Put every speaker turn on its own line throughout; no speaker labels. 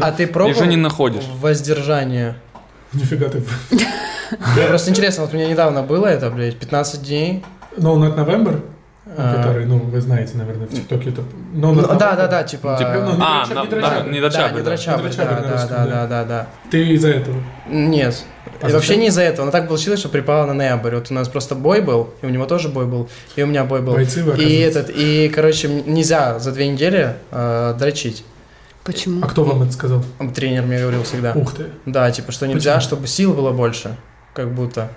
А ты пробовал
не находишь.
воздержание?
Нифига ты.
Мне просто интересно, вот у меня недавно было это, блядь, 15 дней.
No Not November,
А.
который, ну, вы знаете, наверное, в ТикТоке это... No
Ну,
Not November.
Да, да, да, типа...
Типа, ну,
А, на-
Недорочаб, недорочаб.
да, не
Да,
дочабрь,
не
да.
дрочабрь,
Недорочабрь
да,
на
да,
русском,
да, да,
да.
да, да.
Ты из-за этого.
Нет.
А
И вообще
зачем?
не из-за этого, но так получилось, что припало на ноябрь. Вот у нас просто бой был, и у него тоже бой был, и у меня бой был.
Бойцы вы,
и
оказывается.
этот, и, короче, м- нельзя за две недели э, дрочить.
Почему?
А кто вам это сказал?
Он, Тренер мне говорил всегда.
Ух ты.
Да, типа, что нельзя,
Почему?
чтобы сил было больше, как будто.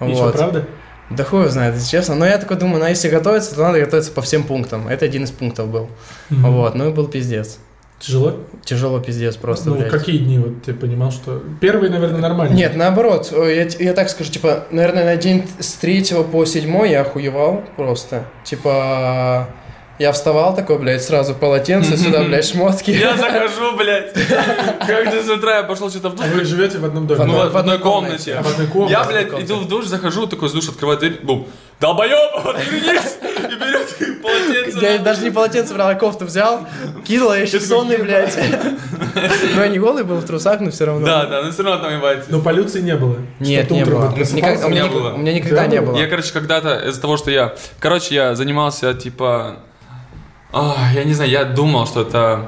И что,
Вот.
правда?
Да хуй его знает, если честно. Но я такой думаю, ну если готовиться, то надо готовиться по всем пунктам. Это один из пунктов был.
Мгм.
Вот, ну и был пиздец.
Тяжело?
Тяжело пиздец просто,
Ну,
блядь.
какие дни вот ты понимал, что... Первый, наверное, нормально.
Нет, наоборот, э, я, т- я так скажу, типа, наверное, на день с 3 по 7 я охуевал просто. Типа, я вставал такой, блядь, сразу полотенце сюда, блядь, шмотки.
Я захожу, блядь. Как ты с утра я пошел что-то в душ.
А вы живете в одном доме?
В
Ну,
одной-
вот в одной комнате.
А в одной комнате?
Я, блядь, иду в душ, захожу, такой с душа открываю дверь, бум, долбоёб, вот вернись, и берет и полотенце.
Я даже не полотенце брал, а кофту взял, кинул, я еще
Ты
сонный, блядь. Ну, я не голый был в трусах, но все равно.
Да, да, но все равно там ебать.
Но Ну, полюции не было?
Нет,
Что-то
не
утром
было.
ты просыпался?
Никак- у, меня,
Не было.
у меня никогда
Да,
не
ну,
было.
Я, короче, когда-то из-за того, что я... Короче, я занимался, типа... а, я не знаю, я думал, что это...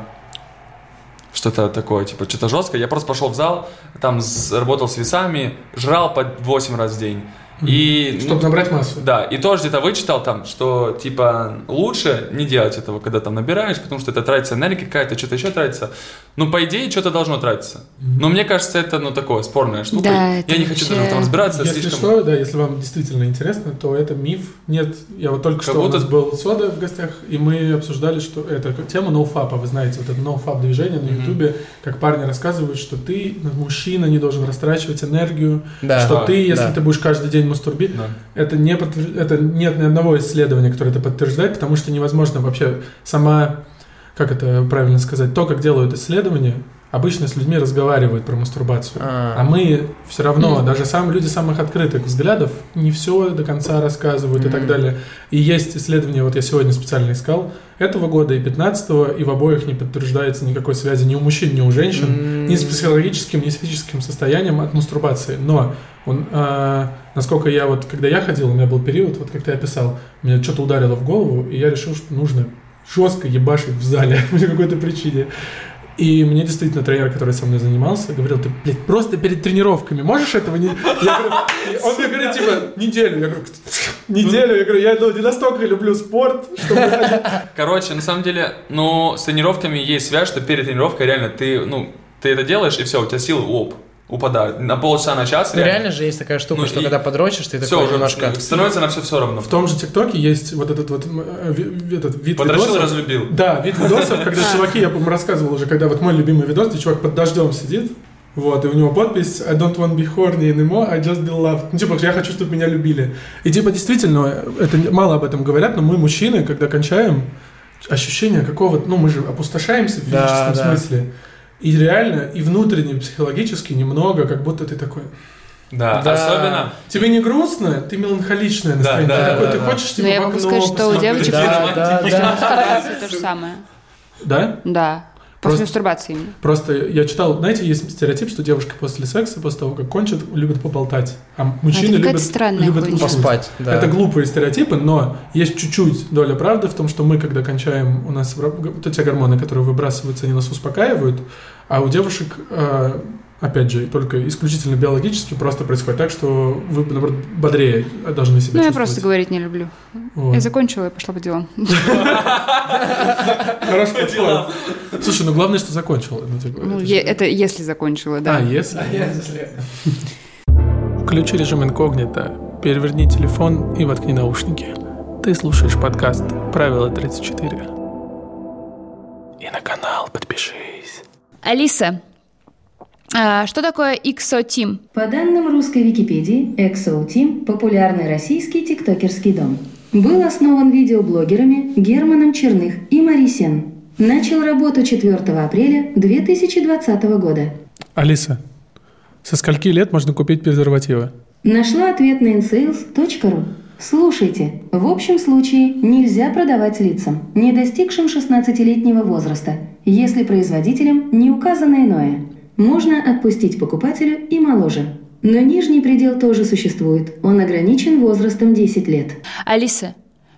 Что-то такое, типа, что-то жесткое. Я просто пошел в зал, там с- работал с весами, жрал по 8 раз в день. И...
Чтобы набрать массу.
Да, и тоже где-то вычитал там, что типа лучше не делать этого, когда там набираешь, потому что это тратится энергия какая-то, что-то еще тратится. Ну, по идее, что-то должно тратиться. Но мне кажется, это, ну, такое, спорная штука.
Да, это
я не хочу даже в этом
вообще-
разбираться
Если
слишком.
что, да, если вам действительно интересно, то это миф. Нет, я вот только
Как
что
будто-
у нас был Сода в гостях, и мы обсуждали, что это как- тема ноуфапа, вы знаете, вот это ноуфап движение на
Мгм.
ютубе, как парни рассказывают, что ты, ну, мужчина, не должен растрачивать энергию,
Да.
что
А,
ты, если
да.
ты будешь каждый день мастурбировать,
Да.
это не подтвер- это нет ни одного исследования, которое это подтверждает, потому что невозможно вообще сама, как это правильно сказать, то, как делают исследования, обычно с людьми разговаривают про мастурбацию.
А.
А мы все равно, даже сам, люди самых открытых взглядов, не все до конца рассказывают и так
Мгм.
далее. И есть исследования, вот я сегодня специально искал, этого года и 15 и в обоих не подтверждается никакой связи ни у мужчин, ни у женщин ни с психологическим, ни с физическим состоянием от мастурбации. Но он, э, насколько я вот, когда я ходил, у меня был период, вот как ты описал, меня что-то ударило в голову, и я решил, что нужно жестко ебашить в зале по какой-то причине. И мне действительно тренер, который со мной занимался, говорил, ты, блядь, просто перед тренировками можешь этого не... Я говорю, он мне говорит, типа, неделю. Я говорю, неделю. Я говорю, я ну, не настолько люблю спорт, чтобы...
Короче, на самом деле, ну, с тренировками есть связь, что перед тренировкой реально ты, ну, ты это делаешь, и все, у тебя силы оп, упадают. На полчаса, на час
Ну, реально же есть такая штука,
Ну,
что
и-
когда подрочишь, ты
все
такой
уже
немножко...
становится на все все равно.
В том же ТикТоке есть вот этот вот м, э, ви- этот вид
Подрочил,
видосов.
разлюбил.
Да, вид видосов, когда чуваки, я, по-моему, рассказывал уже, когда вот мой любимый видос, где чувак под дождем сидит, вот, и у него подпись I don't want to be horny anymore, I just be loved. Ну, типа, я хочу, чтобы меня любили. И, типа, действительно, это не- мало об этом говорят, но мы, мужчины, когда кончаем, ощущение какого-то, ну, мы же опустошаемся в физическом
Да, да.
смысле. И реально, и внутренне, и психологически немного, как будто ты такой...
Да,
Да.
особенно.
Тебе не грустно, ты меланхоличное настроение.
да,
ты такой,
да,
ты
да.
хочешь, типа,
Но Ну, я
в
могу
окно
сказать, что у
посмотреть.
девочек
Да, да,
после
да.
мастурбации то же самое. Ну,
Да?
Да. После
Просто-
мастурбации именно.
Просто я читал, знаете, есть стереотип, что девушка после секса, после того, как кончит, любит поболтать, а мужчины
Это какая-то
любят,
странная
любят
хуйня.
уснуть.
Поспать, да.
Это глупые стереотипы, но есть чуть-чуть доля правды в том, что мы, когда кончаем, у нас вра- вот эти гормоны, которые выбрасываются, они нас успокаивают, а у девушек, э, опять же, только исключительно биологически просто происходит так, что вы, наоборот, бодрее должны себя
Ну, я
чувствовать.
просто говорить не люблю.
Вот.
Я закончила и пошла по делам.
Ну, Хороший подход. Слушай, ну главное, что закончил. Ну, типа,
Ну,
это
е-
же-
Это если закончила, да.
А, если. Включи режим инкогнито, переверни телефон и воткни наушники. Ты слушаешь подкаст «Правило 34». И на канал подпишись.
Алиса, а, что такое XO Team?
По данным русской Википедии, XO Team – популярный российский тиктокерский дом. Был основан видеоблогерами Германом Черных и Марисен. Начал работу 4 апреля 2020 года.
Алиса, со скольки лет можно купить презервативы?
Нашла ответ на insales.ru. Слушайте, в общем случае нельзя продавать лицам, не достигшим 16-летнего возраста, если производителем не указано иное. Можно отпустить покупателю и моложе. Но нижний предел тоже существует. Он ограничен возрастом 10 лет.
Алиса,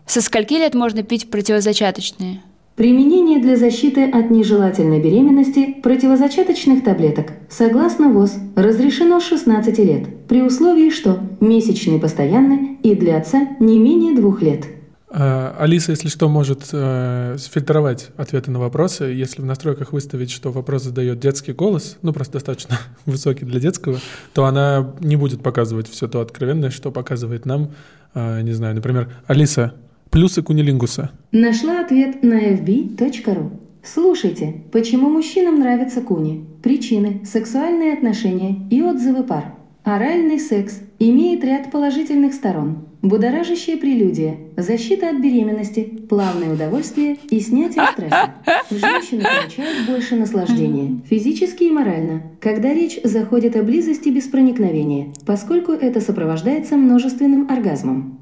со скольки лет можно пить противозачаточные?
Применение для защиты от нежелательной беременности противозачаточных таблеток, согласно ВОЗ, разрешено с 16 лет, при условии, что месячные постоянны и для отца не менее двух лет.
А, Алиса, если что, может э, фильтровать ответы на вопросы. Если в настройках выставить, что вопрос задает детский голос, ну просто достаточно высокий для детского, то она не будет показывать все то откровенное, что показывает нам, э, не знаю, например, Алиса, плюсы кунилингуса.
Нашла ответ на fb.ru. Слушайте, почему мужчинам нравятся куни? Причины, сексуальные отношения и отзывы пар. Оральный секс имеет ряд положительных сторон. Будоражащая прелюдия, защита от беременности, плавное удовольствие и снятие стресса. Женщины получают больше наслаждения, физически и морально, когда речь заходит о близости без проникновения, поскольку это сопровождается множественным оргазмом.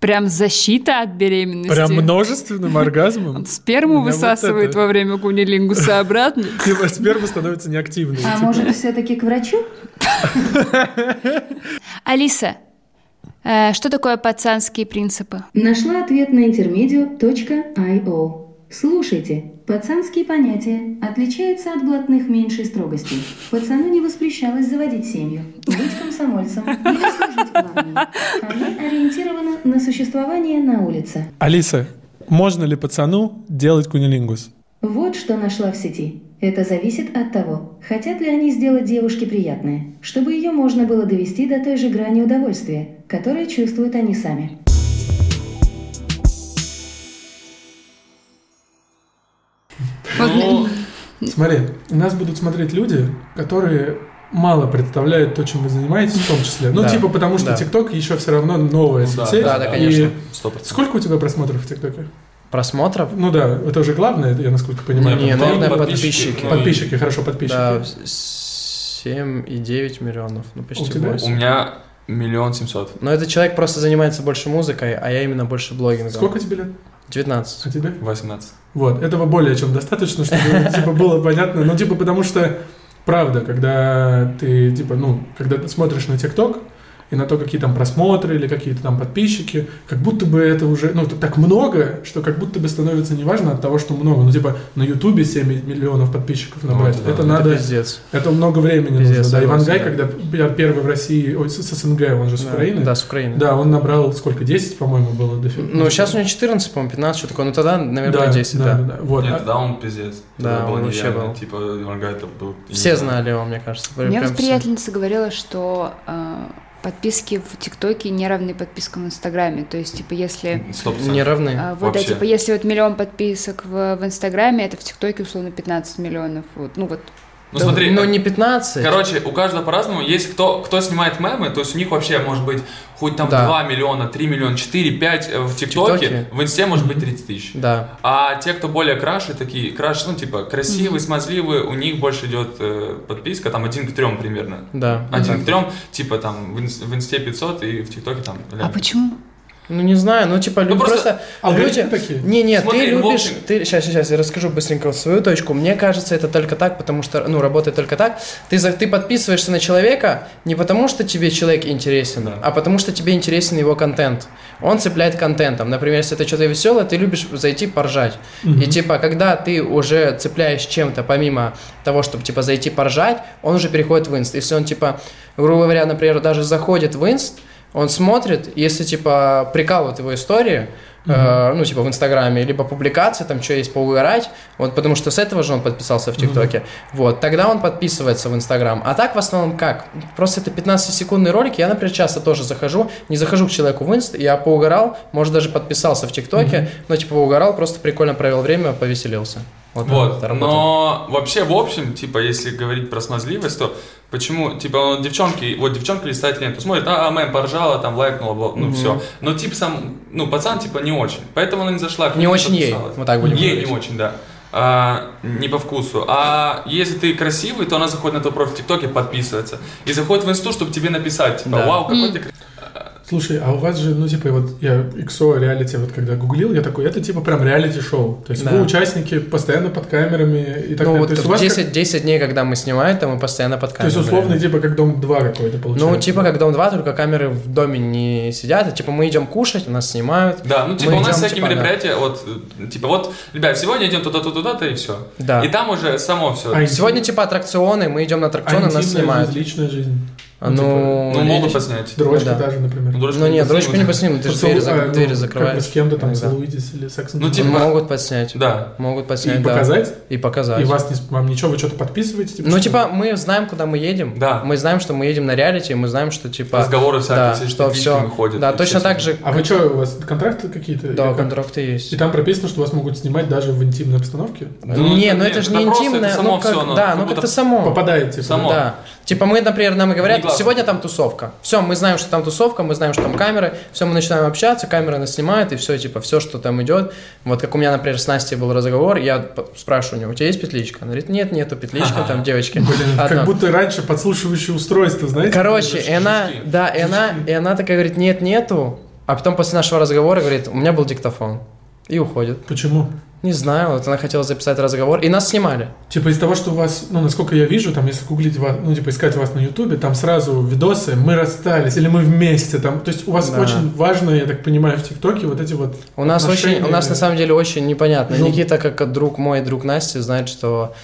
Прям защита от беременности.
Прям множественным оргазмом.
Он сперму
У меня вот
высасывает
это.
во время кунилингуса обратно.
Типа сперма становится неактивной.
А
типа.
может все-таки к врачу?
Алиса, э, что такое пацанские принципы?
Нашла ответ на intermedio.io. Слушайте, пацанские понятия отличаются от блатных меньшей строгости. Пацану не воспрещалось заводить семью, быть комсомольцем или служить в армии. Она ориентирована на существование на улице.
Алиса, можно ли пацану делать кунилингус?
Вот что нашла в сети. Это зависит от того, хотят ли они сделать девушке приятное, чтобы ее можно было довести до той же грани удовольствия, которое чувствуют они сами.
Вот
Ну,
Смотри, нас будут смотреть люди, которые мало представляют то, чем вы занимаетесь, в том числе. Ну,
Да.
типа потому что
Да.
ТикТок еще все равно новая
Ну да,
соцсеть.
да, да,
и
конечно.
сто процентов.
Сколько у тебя просмотров в ТикТоке?
Просмотров?
Ну да, это уже главное, я насколько понимаю.
Не,
Там
наверное,
подписчики.
подписчики.
ну,
подписчики, хорошо, подписчики.
Да, 7,9 миллионов, ну
У
почти
тебя?
У
8.
меня миллион семьсот.
Но этот человек просто занимается больше музыкой, а я именно больше блогингом.
Сколько тебе лет?
19.
А тебе?
18.
Вот, этого более чем достаточно, чтобы типа было понятно. Ну, типа, потому что правда, когда ты типа, ну, когда ты смотришь на ТикТок и на то, какие там просмотры или какие-то там подписчики, как будто бы это уже, ну, т- так много, что как будто бы становится неважно от того, что много. Ну, типа, на Ютубе 7 миллионов подписчиков набрать.
Вот, да.
это
Это
надо...
Ну, Это пиздец.
Это много времени
Пиздец,
нужно. Да, Иван
согласен,
Гай,
да.
когда п- первый в России, ой, с, с СНГ, он же с
Да,
Украины.
Да, с Украины.
Да, он набрал сколько? 10, по-моему, было дофи-
Ну, сейчас у него 14, по-моему, 15, что такое. Ну, тогда, наверное, 10,
да,
да.
да. Вот.
Нет,
А-
да, он пиздец.
Да,
Это было
он вообще
нереально.
был.
Типа, Иван Гай это был...
Все знали его, мне кажется.
У меня
Прям
вот
все.
приятельница говорила, что э, подписки в ТикТоке не равны подпискам в Инстаграме. То есть, типа, если...
Сто
Не
процентов.
равны.
А, Вот, да,
Вообще.
типа, если вот миллион подписок в, в Инстаграме, это в ТикТоке, условно, 15 миллионов. Вот, ну вот.
Ну смотри,
Ну, не 15.
Короче, у каждого по-разному. Есть кто, кто снимает мемы, то есть у них вообще может быть хоть там
Да.
2 миллиона, 3 миллиона, 4, 5 э, в ТикТоке,
ТикТоке?
в Инсте может быть 30 тысяч.
Да.
А те, кто более краши, такие краши, ну типа красивые, смазливые, у них больше идет э, подписка, там один к трем примерно.
Да.
Один
Ну Да.
к трем, типа там в Инс- в Инсте 500 и в ТикТоке там...
А
ля.
почему?
Ну не знаю, ну типа люди
просто
просто,
алгоритмы
люди
а такие.
Не, не,
Смотри,
ты
ну, в
любишь,
общем-
ты сейчас, сейчас я расскажу быстренько свою точку. Мне кажется, это только так, потому что ну работает только так. Ты за, ты подписываешься на человека не потому что тебе человек интересен,
Да.
а потому что тебе интересен его контент. Он цепляет контентом. Например, если это что-то веселое, ты любишь зайти поржать. И типа, когда ты уже цепляешь чем-то, помимо того, чтобы типа зайти поржать, он уже переходит в инст. Если он типа, грубо говоря, например, даже заходит в инст, он смотрит, если типа прикалывают его истории, э, ну типа в Инстаграме, либо публикации, там что есть поугарать, вот потому что с этого же он подписался в ТикТоке, вот, тогда он подписывается в Инстаграм. А так в основном как? Просто это 15-секундный ролик, я, например, часто тоже захожу, не захожу к человеку в Инст, я поугарал, может даже подписался в ТикТоке, но типа поугарал, просто прикольно провел время, повеселился. Вот,
Вот,
это работает.
но вообще, в общем, типа, если говорить про смазливость, то почему, типа, ну, девчонки, вот девчонка листает ленту, смотрит, а, а, мэм, поржала, там, лайкнула, бла- ну, все. Но, тип сам, ну, пацан, типа, не очень, поэтому она не зашла. к
Не
нему
очень ей,
подписалась.
вот так будем
Ей
говорить.
не очень, да. А, не по вкусу. А если ты красивый, то она заходит на твой профиль в ТикТоке, подписывается. И заходит в инсту, чтобы тебе написать, типа,
Да. типа-
вау, какой ты красивый.
Слушай, а у вас же, ну, типа, вот я XO реалити, вот когда гуглил, я такой, это типа прям реалити-шоу. То есть
Да.
вы участники постоянно под камерами и так
Ну
далее.
вот
то есть у
в
вас как-
10, 10 дней, когда мы снимаем, там мы постоянно под
то есть
камерами.
условно, типа, как Дом 2 какой-то получается.
Ну, типа, как Дом 2, только камеры в доме не сидят. И, типа, мы идем кушать, нас снимают.
Да, ну типа
Мы
у нас
идем,
всякие
типа, да.
мероприятия, вот, э, типа вот, ребят, сегодня идем туда-то, туда-то и все.
Да.
И там уже само все.
А
Сегодня, типа, аттракционы, мы идем на аттракционы,
интимная
нас
жизнь,
снимают.
личная жизнь.
А, Ну,
ну,
видишь?
могут поснять.
Дрочка
да.
та же, например.
Ну, дрочку
Ну, нет,
поснимут.
дрочку не поснимут, ты же
Поцелуй-
двери,
а,
зак-
ну,
двери
Как вы
закрываешь.
с кем-то там
иногда.
целуетесь или секс
Ну, типа,
Могут подснять.
Да.
Могут подснять,
И
да.
показать,
И показать.
и вас не, вам ничего, вы что-то подписываете?
Ну,
что-
типа, мы знаем, куда мы едем.
Да.
Мы знаем, что мы едем на реалити, мы знаем, что, типа...
Разговоры всякие,
да,
все,
что все.
ходят.
Да,
и
точно
всё
так
с
же.
А вы что, у вас контракты какие-то?
Да,
Или как?
контракты есть.
И там прописано, что вас могут снимать даже в интимной обстановке?
Ну,
не,
это-
ну это
нет,
же
это
не
просто,
интимное,
это само
ну как,
всё, оно
да,
как
ну
будто
как-то само.
Попадаете?
Само.
Да. Типа мы, например, нам говорят,
Негласно.
сегодня там тусовка. Все, мы знаем, что там тусовка, мы знаем, что там камеры. Все, мы начинаем общаться, камера нас снимает, и все, типа, все, что там идет. Вот как у меня, например, с Настей был разговор, я п- спрашиваю у нее, у тебя есть петличка? Она говорит, нет, нету петличка, там девочки.
Блин,
Одна.
как будто раньше подслушивающее устройство, знаете?
Короче, и она,
жучки.
да, и она, и она такая говорит, нет, нету. А потом после нашего разговора говорит, у меня был диктофон. И уходит.
Почему?
Не знаю, вот она хотела записать разговор, и нас снимали.
Типа из того, что у вас, ну, насколько я вижу, там, если гуглить вас, ну, типа искать вас на Ютубе, там сразу видосы «Мы расстались» или «Мы вместе», там, то есть у вас
Да.
очень важно, я так понимаю, в ТикТоке вот эти вот
У нас
отношения. Ну.
очень, у нас на самом деле очень непонятно.
Жопа.
Никита, как друг мой, друг Насти, знает, что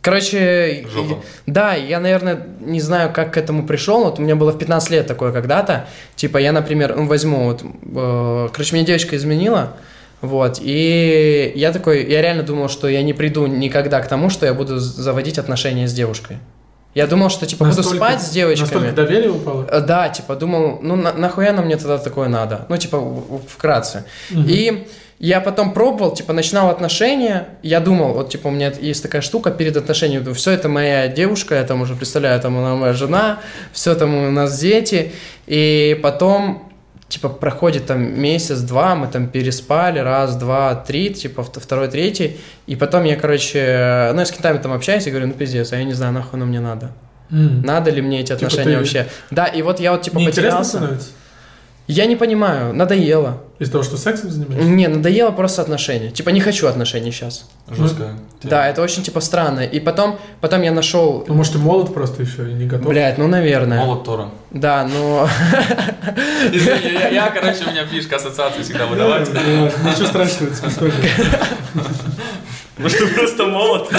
Короче, и-
Жопа.
да, я, наверное, не знаю, как к этому пришел. Вот у меня было в 15 лет такое когда-то. Типа, я, например, ну, возьму, вот, э, короче, меня девочка изменила, вот, и я такой, я реально думал, что я не приду никогда к тому, что я буду заводить отношения с девушкой. Я думал, что, типа, буду
настолько-
спать с девочками.
Настолько доверие упало?
Э, Да, типа, думал, ну на- нахуя нам мне тогда такое надо? Ну, типа, в- в- вкратце. И я потом пробовал, типа, начинал отношения, я думал, вот, типа, у меня есть такая штука перед отношениями, все это моя девушка, я там уже представляю, там она моя жена, все там у нас дети, и потом типа проходит там месяц-два, мы там переспали, раз, два, три, типа вт- второй, третий, и потом я, короче, ну, я с китами там общаюсь, и говорю, ну, пиздец, а я не знаю, нахуй оно мне надо.
М.
Надо ли мне эти отношения
ты-
вообще? Да, и вот я вот типа
Неинтересно
потерялся.
становится?
Я не понимаю, надоело.
Из того, что сексом занимаешься?
Не, надоело просто отношения. Типа не хочу отношений сейчас.
этим. Жесткая тема.
Да, это очень типа странно. И потом, потом я нашел,
Ну, может, ты молод просто еще и не готов?
блядь, ну наверное.
Молот Тора.
Да, ну, но
Извини, я, я, короче, у меня фишка ассоциации всегда
ну,
Да,
выдавать.
да, да, Ну, Ничего страшного, это смешно.
Потому что просто молот.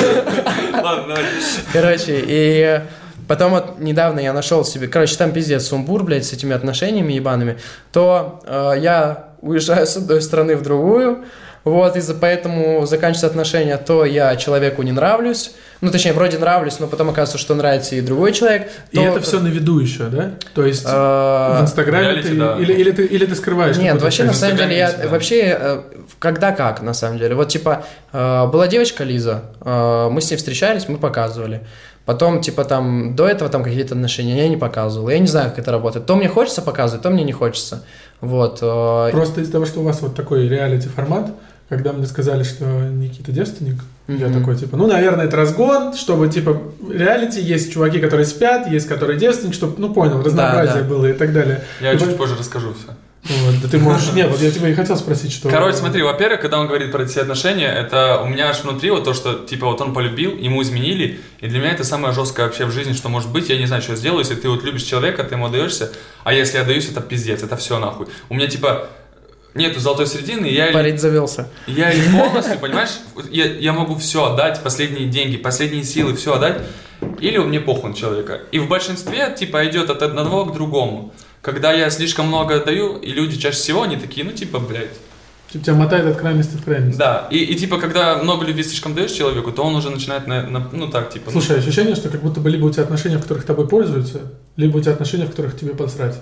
Ладно, давай.
короче и потом вот недавно я нашел себе, короче, там пиздец сумбур, блядь, с этими отношениями ебаными. То э, я уезжаю с одной страны в другую. Вот, из-за поэтому заканчиваются отношения, то я человеку не нравлюсь. Ну, точнее, вроде нравлюсь, но потом оказывается, что нравится и другой человек. э,
И это все на виду еще, да? То есть в
все
Инстаграме
реалити,
ты...
да.
Или, или ты, или ты скрываешь?
А, Нет,
какую-то
вообще на
часть?
самом деле я
Инстаграме есть, да.
вообще э, в- когда как на самом деле. Вот типа э, была девочка Лиза, э, мы с ней встречались, мы показывали. Потом типа там до этого там какие-то отношения я не показывал. Я не знаю, как это работает. То мне хочется показывать, то мне не хочется. Вот.
А
э,
Просто из-за того, что у вас вот такой реалити-формат, когда мне сказали, что Никита девственник, я
Мгм.
такой, типа, ну, наверное, это разгон, чтобы, типа, в реалити есть чуваки, которые спят, есть которые девственник, чтобы, ну, понял, разнообразие
да.
было и так далее.
Я
И
чуть
вот-
позже расскажу все.
вот, да ты можешь... Нет, вот я тебя и хотел спросить, что...
Короче, смотри, во-первых, когда он говорит про эти отношения, это у меня аж внутри вот то, что, типа, вот он полюбил, ему изменили, и для меня это самое жесткое вообще в жизни, что может быть, я не знаю, что я сделаю, если ты вот любишь человека, ты ему отдаешься, а если я отдаюсь, это пиздец, это все нахуй. У меня, типа, нету золотой середины, и я или
Парень завелся.
я и полностью, понимаешь, я, я могу все отдать, последние деньги, последние силы, все отдать, или мне похуй на человека. И в большинстве, типа, идет от одного к другому. Когда я слишком много отдаю, и люди чаще всего, они такие, ну, типа, блядь.
Типа, тебя мотает от крайности в крайность.
Да, и, и, типа, когда много любви слишком даешь человеку, то он уже начинает, на, на- ну, так, типа. ну,
Слушай, а ощущение, что как будто бы либо у тебя отношения, в которых тобой пользуются, либо у тебя отношения, в которых тебе посрать.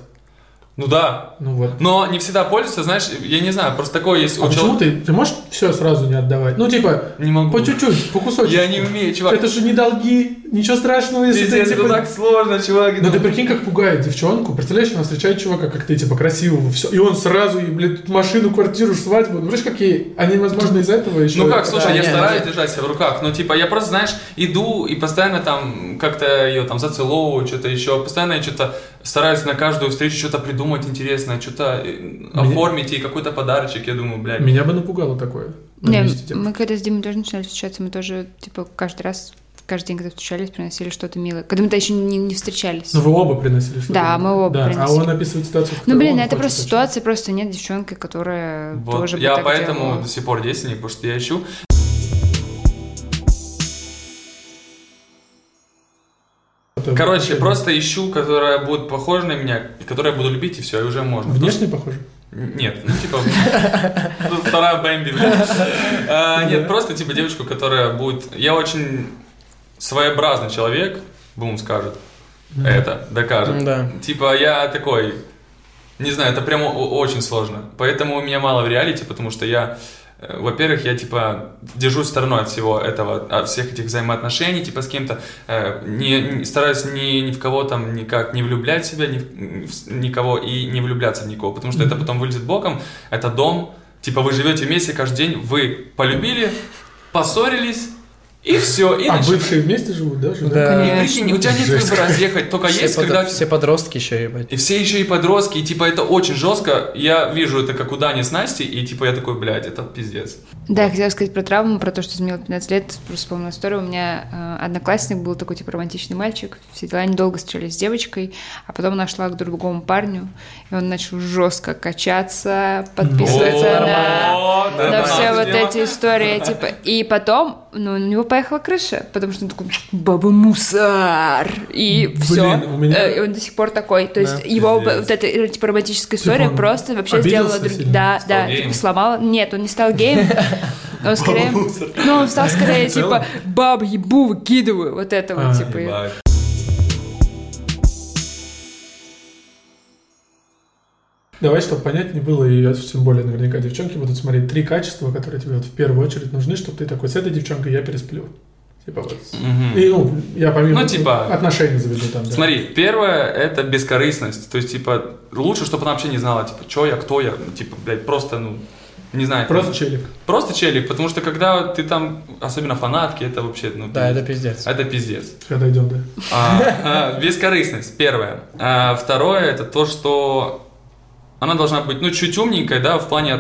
Ну, да.
Ну вот.
Но не всегда пользуются, знаешь, я не знаю, просто такое есть
А
у
почему
человека.
ты, ты можешь все сразу не отдавать? Ну, типа,
Не могу.
по чуть-чуть, по кусочку.
Я не умею, чувак.
Это же не долги, ничего страшного, если
Пиздец,
ты,
это
типа,
так сложно, чувак.
Ну ты прикинь, как пугает девчонку. Представляешь, она встречает чувака, как ты, типа, красивого, все. И он сразу, и, блядь, машину, квартиру, свадьбу. Ну, знаешь, какие... Они, возможно, из этого еще...
Ну как, слушай,
Да,
я
не,
стараюсь
не.
держать себя в руках, но типа я просто, знаешь, иду и постоянно там как-то ее там зацеловываю, что-то еще, постоянно я что-то стараюсь на каждую встречу что-то придумать интересное, что-то э, оформить ей какой-то подарочек. Я думаю, блядь.
Меня бы напугало такое.
Ну,
на
Не,
месте типа. тебя.
мы когда с Димой тоже начинали встречаться, мы тоже, типа, каждый раз, каждый день, когда встречались, приносили что-то милое. Когда мы-то еще не, не встречались.
Ну, вы оба приносили что-то.
Да, мы оба
Да, А
приносили.
он описывает ситуацию, в
ну,
которой
блин,
он
это
хочет
просто
очень.
ситуация, просто нет девчонки, которая
Вот.
тоже бы
я
так
поэтому
делала.
до сих пор действенник, потому что я ищу.
Это
Короче,
вообще
просто ищу, которая будет похожа на меня, и которую я буду любить, и все, и уже можно.
Внешне похоже?
Нет, ну типа... тут Вторая Бэмби, блядь. А, Нет, просто типа девочку, которая будет... Я очень своеобразный человек, Бум скажет.
А
Это, докажет.
Да.
Типа я такой... Не знаю, это прямо о- очень сложно. Поэтому у меня мало в реалити, потому что я... э, Во-первых, я типа держусь стороной от всего этого, от всех этих взаимоотношений, типа с кем-то э, не, не- стараюсь ни, ни в кого там никак не влюблять себя, ни, в- в с- никого и не влюбляться в никого, потому что это потом вылезет боком, это дом, типа вы живете вместе каждый день, вы полюбили, поссорились и все, и
А
начи-
бывшие вместе живут, да? живут?
Да.
И прикинь, у тебя нет
Жесть.
выбора съехать, только
все,
есть,
под-
когда
все подростки еще, ебать.
и все еще и подростки, и типа это очень жестко. Я вижу это как у Дани с Настей, и типа я такой, блядь, это пиздец.
Да, я хотела сказать про травму, про то, что изменила 15 лет. Просто вспомнила историю. У меня э, одноклассник был такой, типа, романтичный мальчик. Все дела, они долго встречались с девочкой, а потом нашла к другому парню, и он начал жестко качаться, подписываться
это
на...
О, да,
на
да,
все
да,
вот
дело.
эти истории, типа. И потом, ну, у него поехала крыша, потому что он такой, баба мусор, и
Блин,
все.
у меня-
И он до сих пор такой. То есть
Да.
его б-
Пиздец.
вот эта э, типа романтическая история
он
просто вообще
обиделся
сделала... друг-
сильно?
Да,
Стал
да,
геем?
типа сломала. Нет, он не стал геем. Он скорее... Ну, он стал скорее,
В целом?
типа, баб ебу выкидываю, вот это
А,
вот, типа.
Ебать.
Давай, чтобы понятнее было, и я- тем более наверняка девчонки будут смотреть три качества, которые тебе вот в первую очередь нужны, чтобы ты такой, с этой девчонкой я пересплю. Типа вот.
Мгм.
И, ну, я помимо
Ну, типа-
отношений заведу там. да.
Смотри, первое это бескорыстность. То есть, типа, лучше, чтобы она вообще не знала, типа, что я, кто я, Ну, типа, блядь, просто, ну, не знаю. там,
Просто челик.
просто челик, потому что когда ты там, особенно фанатки, это вообще, ну,
Да, это
пиздец.
пиздец.
это пиздец.
Когда идем, да. Типа,
А, а, Бескорыстность, первое. А, Второе, это то, что она должна быть, ну, чуть умненькой, да, в плане,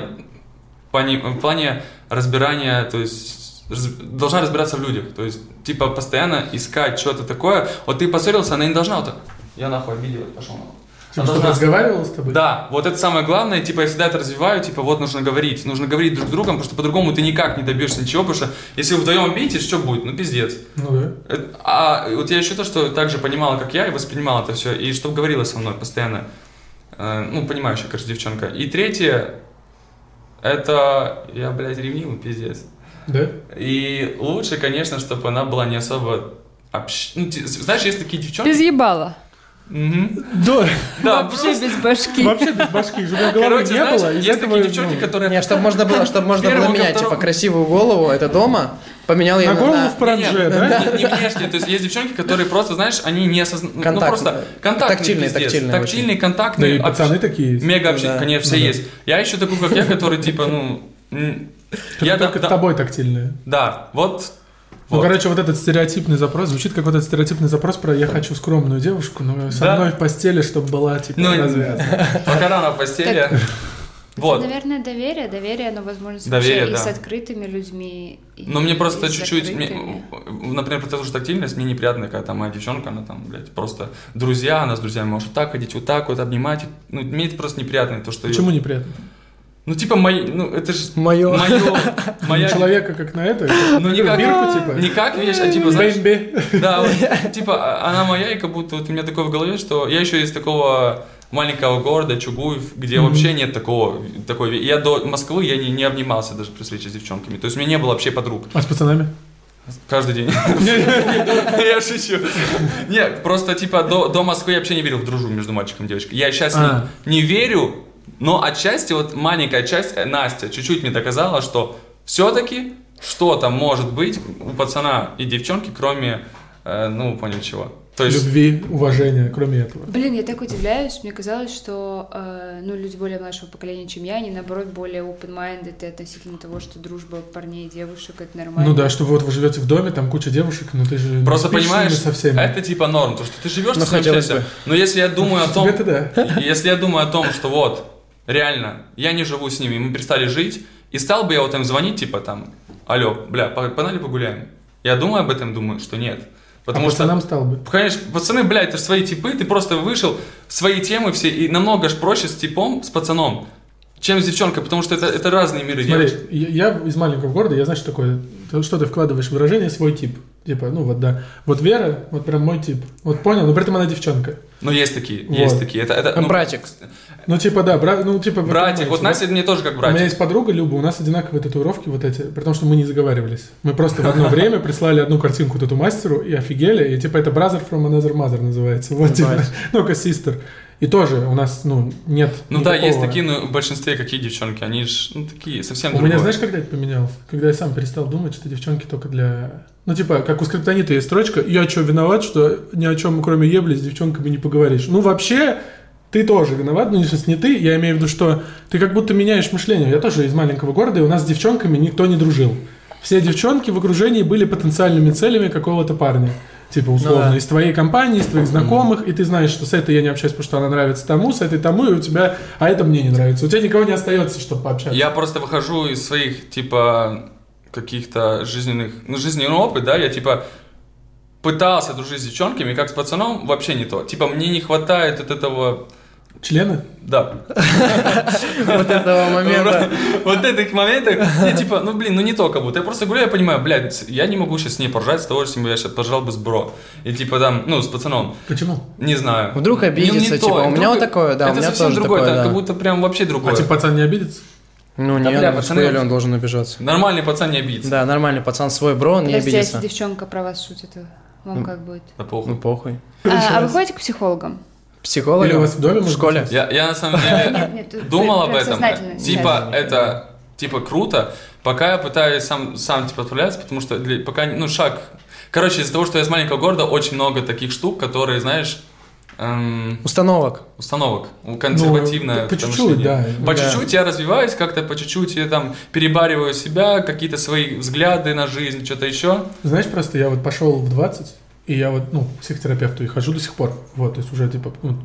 в плане, в плане разбирания, то есть раз- должна разбираться в людях. То есть, типа, постоянно искать что-то такое. Вот ты поссорился, она не должна вот так, я нахуй обидела, пошел нахуй.
Типа, чтобы
должна-
разговаривал с тобой.
Да, вот это самое главное, типа я всегда это развиваю, типа вот нужно говорить, нужно говорить друг с другом, потому что по-другому ты никак не добьешься ничего, потому что если вы вдвоем обидитесь, что будет? Ну пиздец.
Ну да.
Это- А вот я еще то, что так же понимала, как я, и воспринимала это все, и чтобы говорила со мной постоянно. Э, Ну, понимающая, короче, девчонка. И третье, это я, блядь, ревнивый, пиздец.
Да?
И лучше, конечно, чтобы она была не особо общ... Ну, ти- знаешь, есть такие
Без
девчонки...
ебала.
Мгм.
Да.
Да,
Вообще без башки.
Вообще без башки, чтобы у меня головы
короче,
не
знаешь,
было. из
есть
этого,
такие девчонки,
ну,
которые...
Не, чтобы можно было, чтобы можно было
Первого ко
менять, типа,
второму.
красивую голову, это дома, поменял ее
На
на...
голову в
Не,
паранже, да?
не- не внешне, то есть есть девчонки, которые просто, знаешь, они не осознают, ну
Контакт.
просто контактные,
Тактильные,
пиздец.
тактильные очень.
тактильные,
Да
контактные,
и пацаны такие есть.
Мега общение,
Да.
конечно, все
Ну да.
есть. Я еще такой, как я, который типа, ну... м, Я
Только
так...
с тобой тактильные.
Да, вот...
Ну,
вот.
короче, вот этот стереотипный запрос звучит как вот этот стереотипный запрос про «я хочу скромную девушку, но со
Да.
мной в постели, чтобы была, типа,
Ну,
развязана».
Пока рано в постели. Вот.
Наверное, доверие, доверие, оно возможность
Доверие,
вообще и
да.
с открытыми людьми. и-
Но мне
и
просто
с
чуть-чуть, мне,
закрытыми.
например, про ту же тактильность, мне неприятно, когда там моя девчонка, она там, блядь, просто друзья, она с друзьями может вот так ходить, вот так вот обнимать. Ну, мне это просто неприятно, то, что... её-
Почему неприятно?
Ну, типа, мои, ну, это же...
Мое.
Моё, моя...
На человека как на это?
Ну,
как
А никак.
Бирку, типа?
Не как вещь, а типа, знаешь,
Бэмби.
Да, вот, типа, а- она моя, и как будто вот у меня такое в голове, что я еще из такого маленького города, Чугуев, где
Мгм.
вообще нет такого, такой, ве- я до Москвы, я не, не обнимался даже при встрече с девчонками, то есть у меня не было вообще подруг
А с пацанами?
каждый день, я шучу, нет, просто типа до, до Москвы я вообще не верил в дружбу между мальчиком и девочкой, я сейчас
А.
не, не верю, но отчасти, вот маленькая часть, э, Настя, чуть-чуть мне доказала, что все-таки что-то может быть у пацана и девчонки, кроме, э, ну, понял чего. То есть,
любви, уважения, кроме этого.
Блин, я так удивляюсь. Мне казалось, что э, ну, люди более младшего поколения, чем я, они, наоборот, более open-minded и относительно того, что дружба парней и девушек — это нормально.
Ну да, что вот вы живете в доме, там куча девушек, но ты же не
просто
спишь с ними
понимаешь,
со всеми.
это типа норм, то, что ты живешь,
Ну,
ты с ним
хотелось
общаешься.
бы.
Но если я думаю о том,
Тебе-то да.
И Если я думаю о том, что вот, реально, я не живу с ними, мы перестали жить, и стал бы я вот им звонить, типа там, алло, бля, по- погнали погуляем. Я думаю об этом, думаю, что нет. Потому
а
что...
нам стал бы.
Конечно, пацаны, блядь, это же свои типы, ты просто вышел, свои темы все, и намного ж проще с типом, с пацаном, чем с девчонкой, потому что это, это разные миры
Смотри,
девочек.
я я из маленького города, я знаю, что такое. То, Что ты вкладываешь в выражение свой тип. Типа, ну вот да. Вот Вера, вот прям мой тип. Вот понял, но при этом она девчонка.
Но есть такие, есть
Вот.
такие. Это, это,
Там
ну,
братик.
Ну типа да, бра- ну типа... вы
Братик,
понимаете,
вот
да?
Настя мне тоже как
У меня
братик.
есть подруга Люба, у нас одинаковые татуировки вот эти, при том, что мы не заговаривались. Мы просто в одно время прислали одну картинку тату-мастеру и офигели, и типа это Brother from another mother называется, вот типа,
Ебать.
ну-ка, sister. И тоже у нас, ну, нет
Ну да, есть
никакого-
такие, но в большинстве какие девчонки, они же, ну, такие, совсем
У меня,
другое.
знаешь, когда это поменялось? Когда я сам перестал думать, что девчонки только для... Ну, типа, как у скриптонита есть строчка, я что, виноват, что ни о чем, кроме ебли, с девчонками не поговоришь. Ну, вообще, ты тоже виноват, ну, если не ты, я имею в виду, что ты как будто меняешь мышление. Я тоже из маленького города, и у нас с девчонками никто не дружил. Все девчонки в окружении были потенциальными целями какого-то парня. Типа, условно,
Ну да.
из твоей компании, из твоих знакомых, и ты знаешь, что с этой я не общаюсь, потому что она нравится тому, с этой тому, и у тебя, а это мне не нравится. У тебя никого не остается, чтобы пообщаться.
Я просто выхожу из своих, типа, каких-то жизненных... Ну, жизненный опыт, да, я, типа, пытался дружить с девчонками, как с пацаном, вообще не то. Типа, мне не хватает от этого...
Члены?
Да.
Вот этого момента.
Вот этих моментов, я типа, ну блин, ну не то как будто. Я просто гуляю, я понимаю, блядь, я не могу сейчас с ней поржать, с того, что я сейчас поржал бы с бро. И типа там, ну, с пацаном.
Почему?
Не знаю. Ну,
Вдруг
Не-
обидится,
не то.
типа, у меня
Вдруг-
вот такое, да, у
Это
меня
совсем
тоже
другое,
такое, да.
это как будто прям вообще другое.
А типа пацан не обидится?
Ну,
Да,
не,
бля,
ну,
пацаны,
хуяли он должен обижаться.
Нормальный пацан не обидится.
Да, нормальный пацан свой бро, он не
Подожди, а если
обидится.
девчонка про вас шутит, то вам как будет?
Да
Ну,
похуй.
похуй.
А, а вы ходите к психологам?
Психолог
Или у вас в доме
в
может
школе.
быть?
Я, я на самом деле...
нет, это
думал Э, об
прям
этом.
сознательно сейчас.
Типа это типа круто, пока я пытаюсь сам сам типа отправляться, потому что для- пока ну шаг. Короче, из-за того, что я из маленького города, очень много таких штук, которые, знаешь, эм,
Установок.
установок, консервативное
Ну, по
это
чуть-чуть,
мышление.
да.
По
Да.
чуть-чуть я развиваюсь как-то, по чуть-чуть я там перебариваю себя, какие-то свои взгляды на жизнь, что-то еще.
Знаешь, просто я вот пошел в 20, и я вот, ну, к психотерапевту и хожу до сих пор. Вот, то есть уже типа, ну,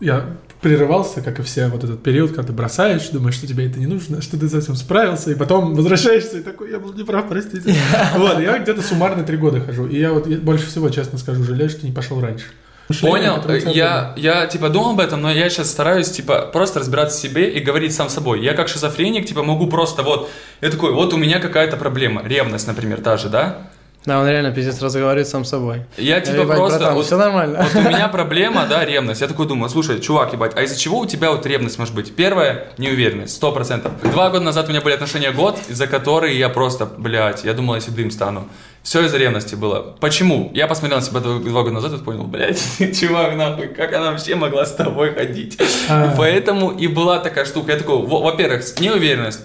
я прерывался, как и все, вот этот период, когда ты бросаешь, думаешь, что тебе это не нужно, что ты совсем справился, и потом возвращаешься и такой, я был неправ, простите. Вот, я где-то суммарно три года хожу, и я вот я больше всего, честно скажу, жалею, что не пошел раньше. Мышление,
Понял, Э,
которое у тебя
я, я типа думал об этом, но я сейчас стараюсь типа просто разбираться в себе и говорить сам с собой. Я как шизофреник, типа могу просто вот, я такой, вот у меня какая-то проблема, ревность, например, та же, да?
Да, он реально пиздец разговаривает сам с собой.
Я типа
Ебать,
просто,
братан,
вот-
все нормально.
Вот у меня проблема, да, ревность. Я такой думаю, слушай, чувак, ебать, а из-за чего у тебя вот ревность может быть? Первое, неуверенность, сто процентов. Два года назад у меня были отношения год, из-за которой я просто, блядь, я думал, я седым стану. Все из-за ревности было. Почему? Я посмотрел на себя два два года назад и понял, блядь, чувак, нахуй, как она вообще могла с тобой ходить?
А.
Поэтому и была такая штука. Я такой, во- во-первых, неуверенность.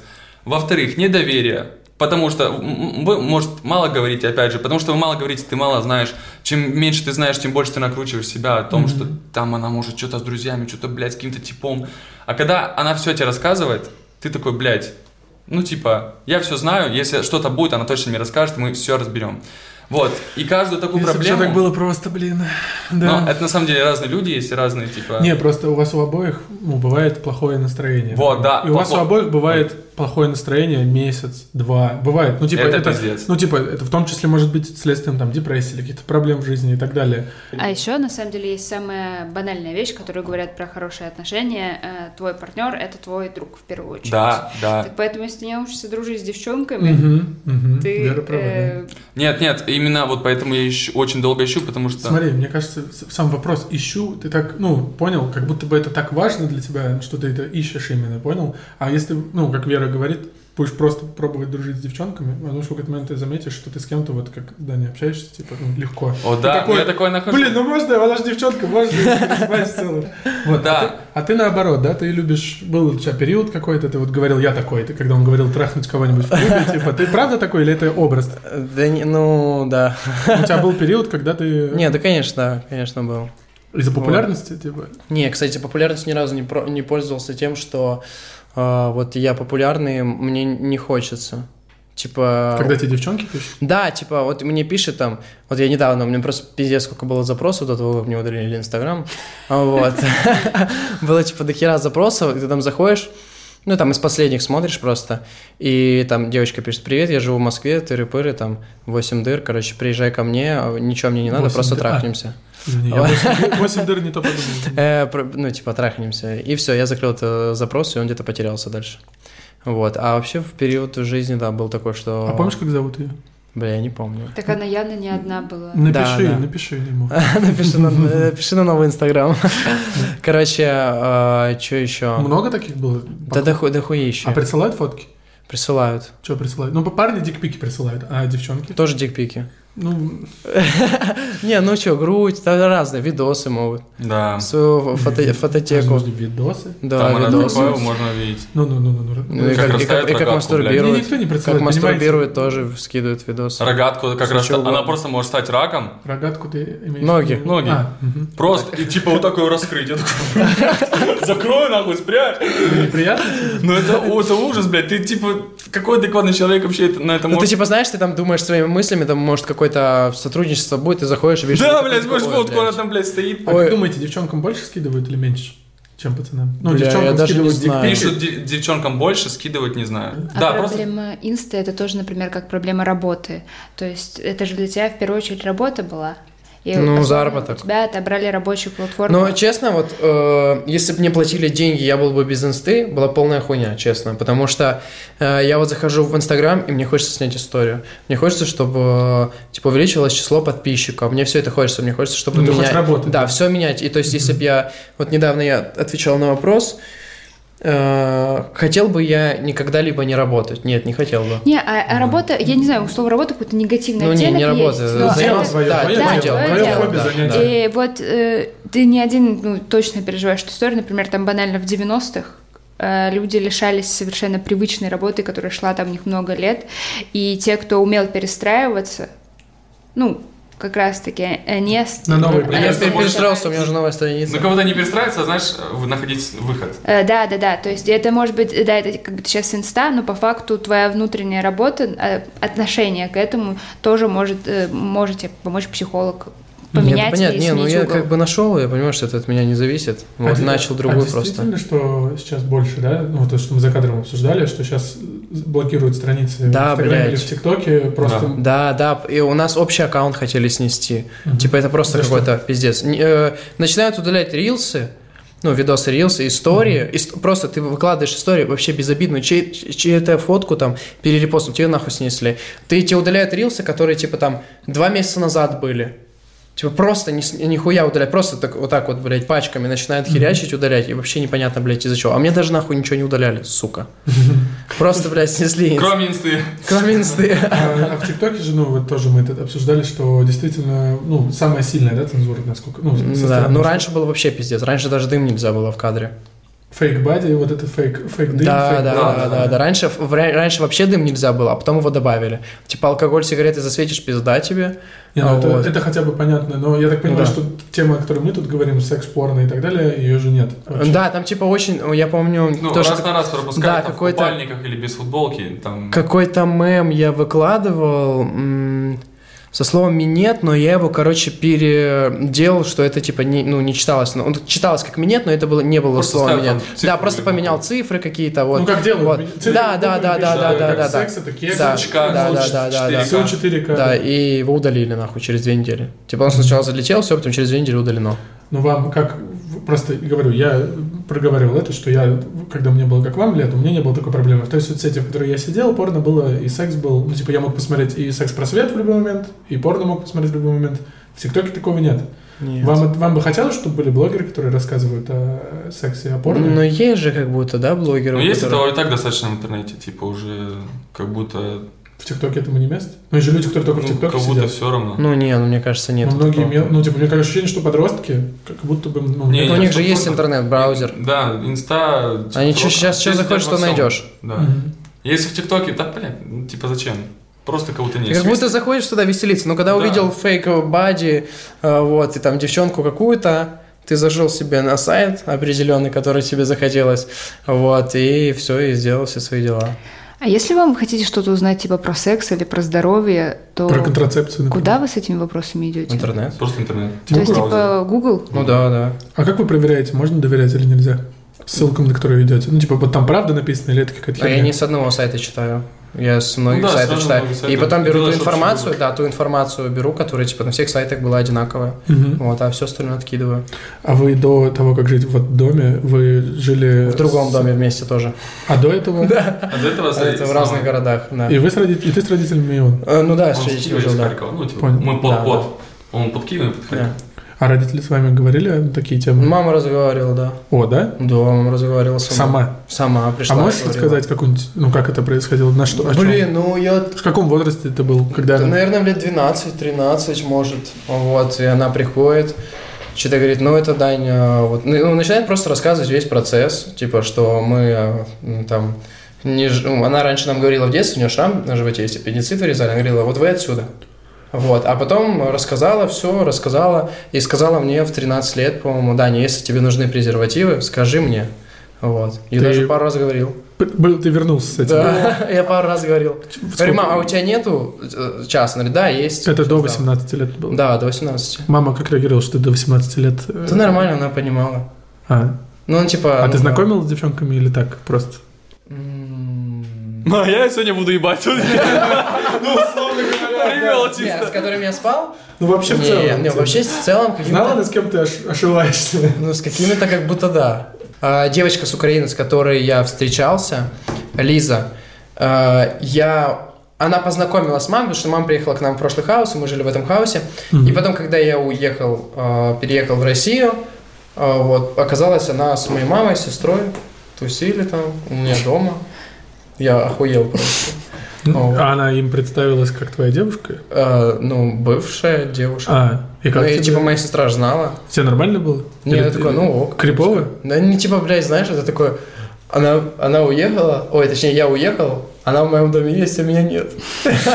Во-вторых, недоверие. Потому что м, м, вы, может, мало говорите, опять же, потому что вы мало говорите, ты мало знаешь. Чем меньше ты знаешь, тем больше ты накручиваешь себя о том, что там она может что-то с друзьями, что-то, блядь, с каким-то типом. А когда она все тебе рассказывает, ты такой, блядь, ну, типа, я все знаю, если что-то будет, она точно мне расскажет, и мы все разберем. Вот, и каждую такую
Если бы всё
проблему...
так было просто, блин. Да.
Но это на самом деле разные люди есть, и разные, типа...
Не, просто у вас у обоих ну, бывает плохое настроение.
Вот, да.
И у вас
Вот.
у обоих бывает плохое настроение месяц, два. Бывает. Ну, типа,
Это
это,
пиздец.
ну, типа, это в том числе может быть следствием там депрессии или каких-то проблем в жизни и так далее.
А еще, на самом деле, есть самая банальная вещь, которую говорят про хорошие отношения. Э, Твой партнер — это твой друг, в первую очередь.
Да,
А.
да.
Так поэтому, если ты не научишься дружить с девчонками,
Мгм, мгм.
ты...
Вера права, да.
э,
Нет, нет, именно вот поэтому я ищу, очень долго ищу, потому что...
Смотри, мне кажется, с- сам вопрос ищу, ты так, ну, понял, как будто бы это так важно для тебя, что ты это ищешь именно, понял? А если, ну, как Вера говорит, будешь просто пробовать дружить с девчонками, потому что в какой-то момент ты заметишь, что ты с кем-то вот как, да, не общаешься, типа, ну, легко.
О,
Ты
да,
такой,
я такой нахожусь.
Блин, ну можно, она же девчонка, можно её переспать в целом. Вот,
Да.
а ты- А ты наоборот, да, ты любишь, был у тебя период какой-то, ты вот говорил, я такой, ты когда он говорил трахнуть кого-нибудь в клубе, типа, ты правда такой или это образ?
Да не, ну, да.
У тебя был период, когда ты...
Не, да, конечно, да, конечно, был.
Из-за популярности, типа?
Не, кстати, популярность ни разу не, про- не пользовался тем, что э, вот я популярный, мне не хочется. Типа...
Когда тебе девчонки пишут?
Да, типа, вот мне пишет там, вот я недавно, у меня просто пиздец, сколько было запросов до того, как мне удалили Инстаграм, А вот, было типа до хера запросов, и ты там заходишь, ну, там из последних смотришь просто, и там девочка пишет, привет, я живу в Москве, тыры-пыры, там, 8 дыр, короче, приезжай ко мне, а, ничего мне не надо,
Восемь
просто
дыр, а.
трахнемся.
Извини, я
Ой.
8, дыр не то подумал.
Э, про- ну, типа, трахнемся. И все, я закрыл этот э, запрос, и он где-то потерялся дальше. Вот, а вообще в период жизни, да, был такой, что...
А помнишь, как зовут ее?
Бля, я не помню.
Так она явно не одна была.
Ну,
Напиши,
да. А,
напиши ему.
Напиши на, напиши на новый инстаграм. Короче, что еще?
Много таких было?
а. Да доху- дохуя еще.
А присылают фотки?
Присылают.
Что присылают? Ну, парни дикпики присылают, а девчонки?
Тоже дикпики.
Ну,
Не, ну что, грудь, да, разные, видосы могут.
Да.
Свою фото- фототеку.
возможно, видосы.
Да,
А. Там разных файлов
видосы.
можно увидеть.
Ну, ну, ну, ну,
Ну и
Как
как, и как-
расставят
и как
рогатку,
Мне
мастурбируют.
никто не
Как
присылает, понимаете?
мастурбируют, тоже скидывают видосы.
Рогатку как
Всё
раз...
чего
Она
угодно.
просто может стать раком.
Рогатку ты имеешь?
Ноги.
в виду?
Ноги.
А, мгм.
Просто, и типа вот такое раскрыть. Я такой, «Блядь, Закрой нахуй, спрячь.
Ну, Неприятно?
Ну это, у- это ужас, блядь. Ты типа, какой адекватный человек вообще это- на это
Ну ты
может...
типа знаешь, ты там думаешь своими мыслями, там может какое-то сотрудничество будет, ты заходишь и видишь...
Да,
ты
блядь,
типа, такой,
смотришь
«Ой,
фотку,
блядь».
она там, блядь, стоит.
А как
Ой.
думаете, девчонкам больше скидывают или меньше, чем пацанам? Ну,
Бля, я
девчонкам
даже не
скидывают
знаю.
Пишут
дикпики.
де- девчонкам больше, скидывать не знаю.
А
Да, просто...
проблема инста это тоже, например, как проблема работы. То есть это же для тебя в первую очередь работа была. И
Ну,
особенно
заработок. Ну, а
У тебя отобрали рабочую платформу.
Но честно, вот э, если бы мне платили деньги, я был бы без инсты, была полная хуйня, честно. Потому что э, я вот захожу в Инстаграм, и мне хочется снять историю. Мне хочется, чтобы э, типа увеличилось число подписчиков. Мне все это хочется. Мне хочется, чтобы
Ну, ты
менять.
хочешь работать,
да,
да.
все менять. И то есть, если бы я. Вот недавно я отвечал на вопрос. э, хотел бы я никогда либо не работать. Нет, не хотел бы.
Не, а, а работа, я не знаю, у слова работа какой-то негативный
Ну, не,
оттенок
не
есть,
работа.
но
Заниматься
это-
своё,
да,
твоё
твоё
дело, твоё
твоё
хобби,
да,
занятие.
да.
И вот э, ты не один ну, точно переживаешь эту историю. Например, там банально в 90-х э, люди лишались совершенно привычной работы, которая шла там у них много лет. И те, кто умел перестраиваться, ну, как раз-таки э, они... ост-
На новые
Э,
Я
Конечно,
пере-
можно-
перестроился, у меня уже новая страница.
На кого-то не перестраиваться, а знаешь, в- находить выход.
Э, Да, да, да. То есть это может быть, да, это как бы сейчас инста, но по факту твоя внутренняя работа, э, отношение к этому тоже может, э, может тебе помочь психолог
Нет,
поменять
понятно,
и
не, ну
сменить
я
угол.
как бы нашел, я понимаю, что это от меня не зависит.
А
Вот
де-
начал
а
другую просто.
действительно, что сейчас больше, да? Ну, вот то, что мы за кадром обсуждали, что сейчас блокируют страницы
Да,
в Инстаграме или
блядь.
в ТикТоке, просто...
Да, да, и у нас общий аккаунт хотели снести.
Мгм.
Типа это просто
За что?
какой-то пиздец. Не- э, Начинают удалять рилсы, ну, видосы, рилсы, истории. Ис- Просто ты выкладываешь историю вообще безобидную, чей- чью-то фотку там перерепостом, тебе нахуй снесли. Ты тебе удаляют рилсы, которые типа там два месяца назад были. Типа просто ни, с- нихуя удалять, просто так, вот так вот, блядь, пачками начинают херячить, удалять, и вообще непонятно, блядь, из-за чего. А мне даже нахуй ничего не удаляли, сука. Просто, блядь, снесли. инст-
Кроме инсты.
Кроме инсты.
А, а в ТикТоке же, ну, вот тоже мы это обсуждали, что действительно, ну, самая сильная, да, цензура, насколько, ну, со
Да,
стороны,
ну
что
раньше было вообще пиздец, раньше даже дым нельзя было в кадре.
Фейк-бади, вот это фейк, фейк-дым,
Да, да,
фейк-бади.
да, да, да, Раньше, в- в- раньше вообще дым нельзя было, а потом его добавили. Типа алкоголь, сигареты засветишь, пизда тебе.
Не, ну
А
это,
вот.
это хотя бы понятно, но я так понимаю,
Да.
что тема, о которой мы тут говорим, секс, порно и так далее, ее же нет. вообще.
Да, там типа очень, я помню,
Ну,
тоже
раз на раз пропускали
да,
там, в
какой-то-
купальниках или без футболки. Там...
какой-то мем я выкладывал м, со словом минет, но я его, короче, переделал, что это типа не, ну, не читалось. Ну, читалось как минет, но это было, не было
Просто
слово
ставил
минет.
там цифры
Да, просто
любые.
поменял цифры какие-то. Вот.
ну как делают?
Вот.
Цифры
Да, да, да,
буквы
да, да,
пишут,
да,
как
да, да.
Секс это кекс,
Да,
Сучка,
да,
ну,
да,
ч-
да, да,
четыре
да.
все 4К.
Да, и его удалили нахуй через две недели. Типа он сначала залетел, все, потом через две недели удалено.
Ну вам как, в- просто говорю, я проговаривал это, что я, когда мне было как вам лет, у меня не было такой проблемы. В той соцсети, в которой я сидел, порно было, и секс был, ну типа я мог посмотреть и секс-просвет в любой момент, и порно мог посмотреть в любой момент. В ТикТоке такого нет.
Нет.
Вам, это- вам бы хотелось, чтобы были блогеры, которые рассказывают о сексе и о порно?
Но Ну, есть же как будто, да, блогеры?
Ну, есть
которые-
этого и так достаточно в интернете, типа уже как будто,
В ТикТоке этому не место? Ну, есть же люди, которые только в
ну, как
ТикТоке
будто
сидят.
все равно.
Ну, не, ну, мне кажется, нет.
Но многие,
такого.
мел- ну, типа, мне кажется, ощущение, что подростки, как будто бы... Ну,
Не,
Так у
не,
них же
стоп,
есть
стоп.
интернет, браузер.
Да, инста.
Они
TikTok,
чё- сейчас что
есть
захочешь,
во
что
всём.
найдешь.
Да.
Мгм.
Если в ТикТоке, да, блин, ну, типа зачем? Просто кого-то не
Как будто заходишь туда веселиться, но когда
Да.
увидел фейк бади, э, вот, и там девчонку какую-то, ты зажил себе на сайт определенный, который тебе захотелось, вот, и все, и сделал все свои дела.
А если вам хотите что-то узнать типа про секс или про здоровье, то
Про контрацепцию, например.
куда вы с этими вопросами идете?
Интернет.
Просто интернет.
То есть
Браузер.
типа Google?
Ну да, да.
А как вы проверяете, можно доверять или нельзя? Ссылкам, на которые идете. Ну, типа, вот там правда написано или это какая-то
А я
херня?
не с одного сайта читаю. Я с многих
Ну да,
сайтов
сразу
читаю.
много
И
сайтов.
потом беру ту
Делаешь общий
информацию,
выбор.
да, ту информацию беру, которая типа на всех сайтах была одинаковая.
Мгм.
Вот, а все остальное откидываю.
А вы до того, как жить в этом доме, вы жили...
В другом
Э, с-
доме вместе тоже.
А до этого?
Да.
А до этого
Это в
с-
разных городах, да.
И вы с родителями, и ты с родителями, и он.
Э, Ну да,
Он
с
с
родителями
Киева или
жил,
из
да.
Харькова. Ну, типа,
Понял.
мы под,
Да,
под. Он под Киевом, я под Харьков.
Да.
А родители с вами говорили на такие темы?
Мама разговаривала, да.
О, да?
Да, мама разговаривала сама.
Сама.
Сама пришла.
А можешь
говорила.
рассказать какую-нибудь, ну, как это происходило, на что, о чем?
Блин, ну я
В каком возрасте ты был, когда...
Да, наверное, лет 12-13, может. Вот, и она приходит, что-то говорит, ну, это Дань, э, вот, ну, и он начинает просто рассказывать весь процесс, типа, что мы э, м, там, не ж- ну, она раньше нам говорила в детстве, у нее шрам на животе есть, аппендицит вырезали, она говорила, вот вы отсюда. Вот, а потом рассказала все, рассказала, и сказала мне в 13 лет, по-моему, Даня, если тебе нужны презервативы, скажи мне. Вот. И
Ты-
даже пару раз говорил.
П- Был, ты вернулся с этим.
Да, я пару раз говорил.
Сколько-
Говорю, мам, а у тебя нету э, час? Она говорит, да, есть.
Это до
Да.
18 лет было.
Да, до 18.
Мама как реагировала, что ты до 18 лет? э,
Да нормально, она понимала.
А,
Ну, он типа...
а ты
ну,
знакомил с девчонками или так просто?
м,
Ну, а я сегодня буду ебать. Ну, условно говоря, привел
Нет, с
чисто.
которым я спал?
Ну, вообще в
Не,
целом.
не,
типа.
вообще в целом... каким-то-
Знала, ты с кем ты ош- ошиваешься?
Ну, с какими-то как будто да. А, девочка с Украины, с которой я встречался, Лиза, э, я... Она познакомила с мамой, потому что мама приехала к нам в прошлый хаос, и мы жили в этом хаосе. И потом, когда я уехал, э, переехал в Россию, э, вот, оказалась она с моей мамой, с сестрой, тусили там у меня дома. Я охуел просто.
Ну, А она им представилась как твоя девушка?
Э, ну, бывшая девушка.
А, и
ну,
как
и
тебе?
типа моя сестра ж знала.
Тебе нормально было?
Не,
Или
я
ты-
такой, ну ок.
Крипово?
Да не типа, блядь, знаешь, это такое... Она, она уехала, ой, точнее, я уехал, она в моем доме есть, а меня нет.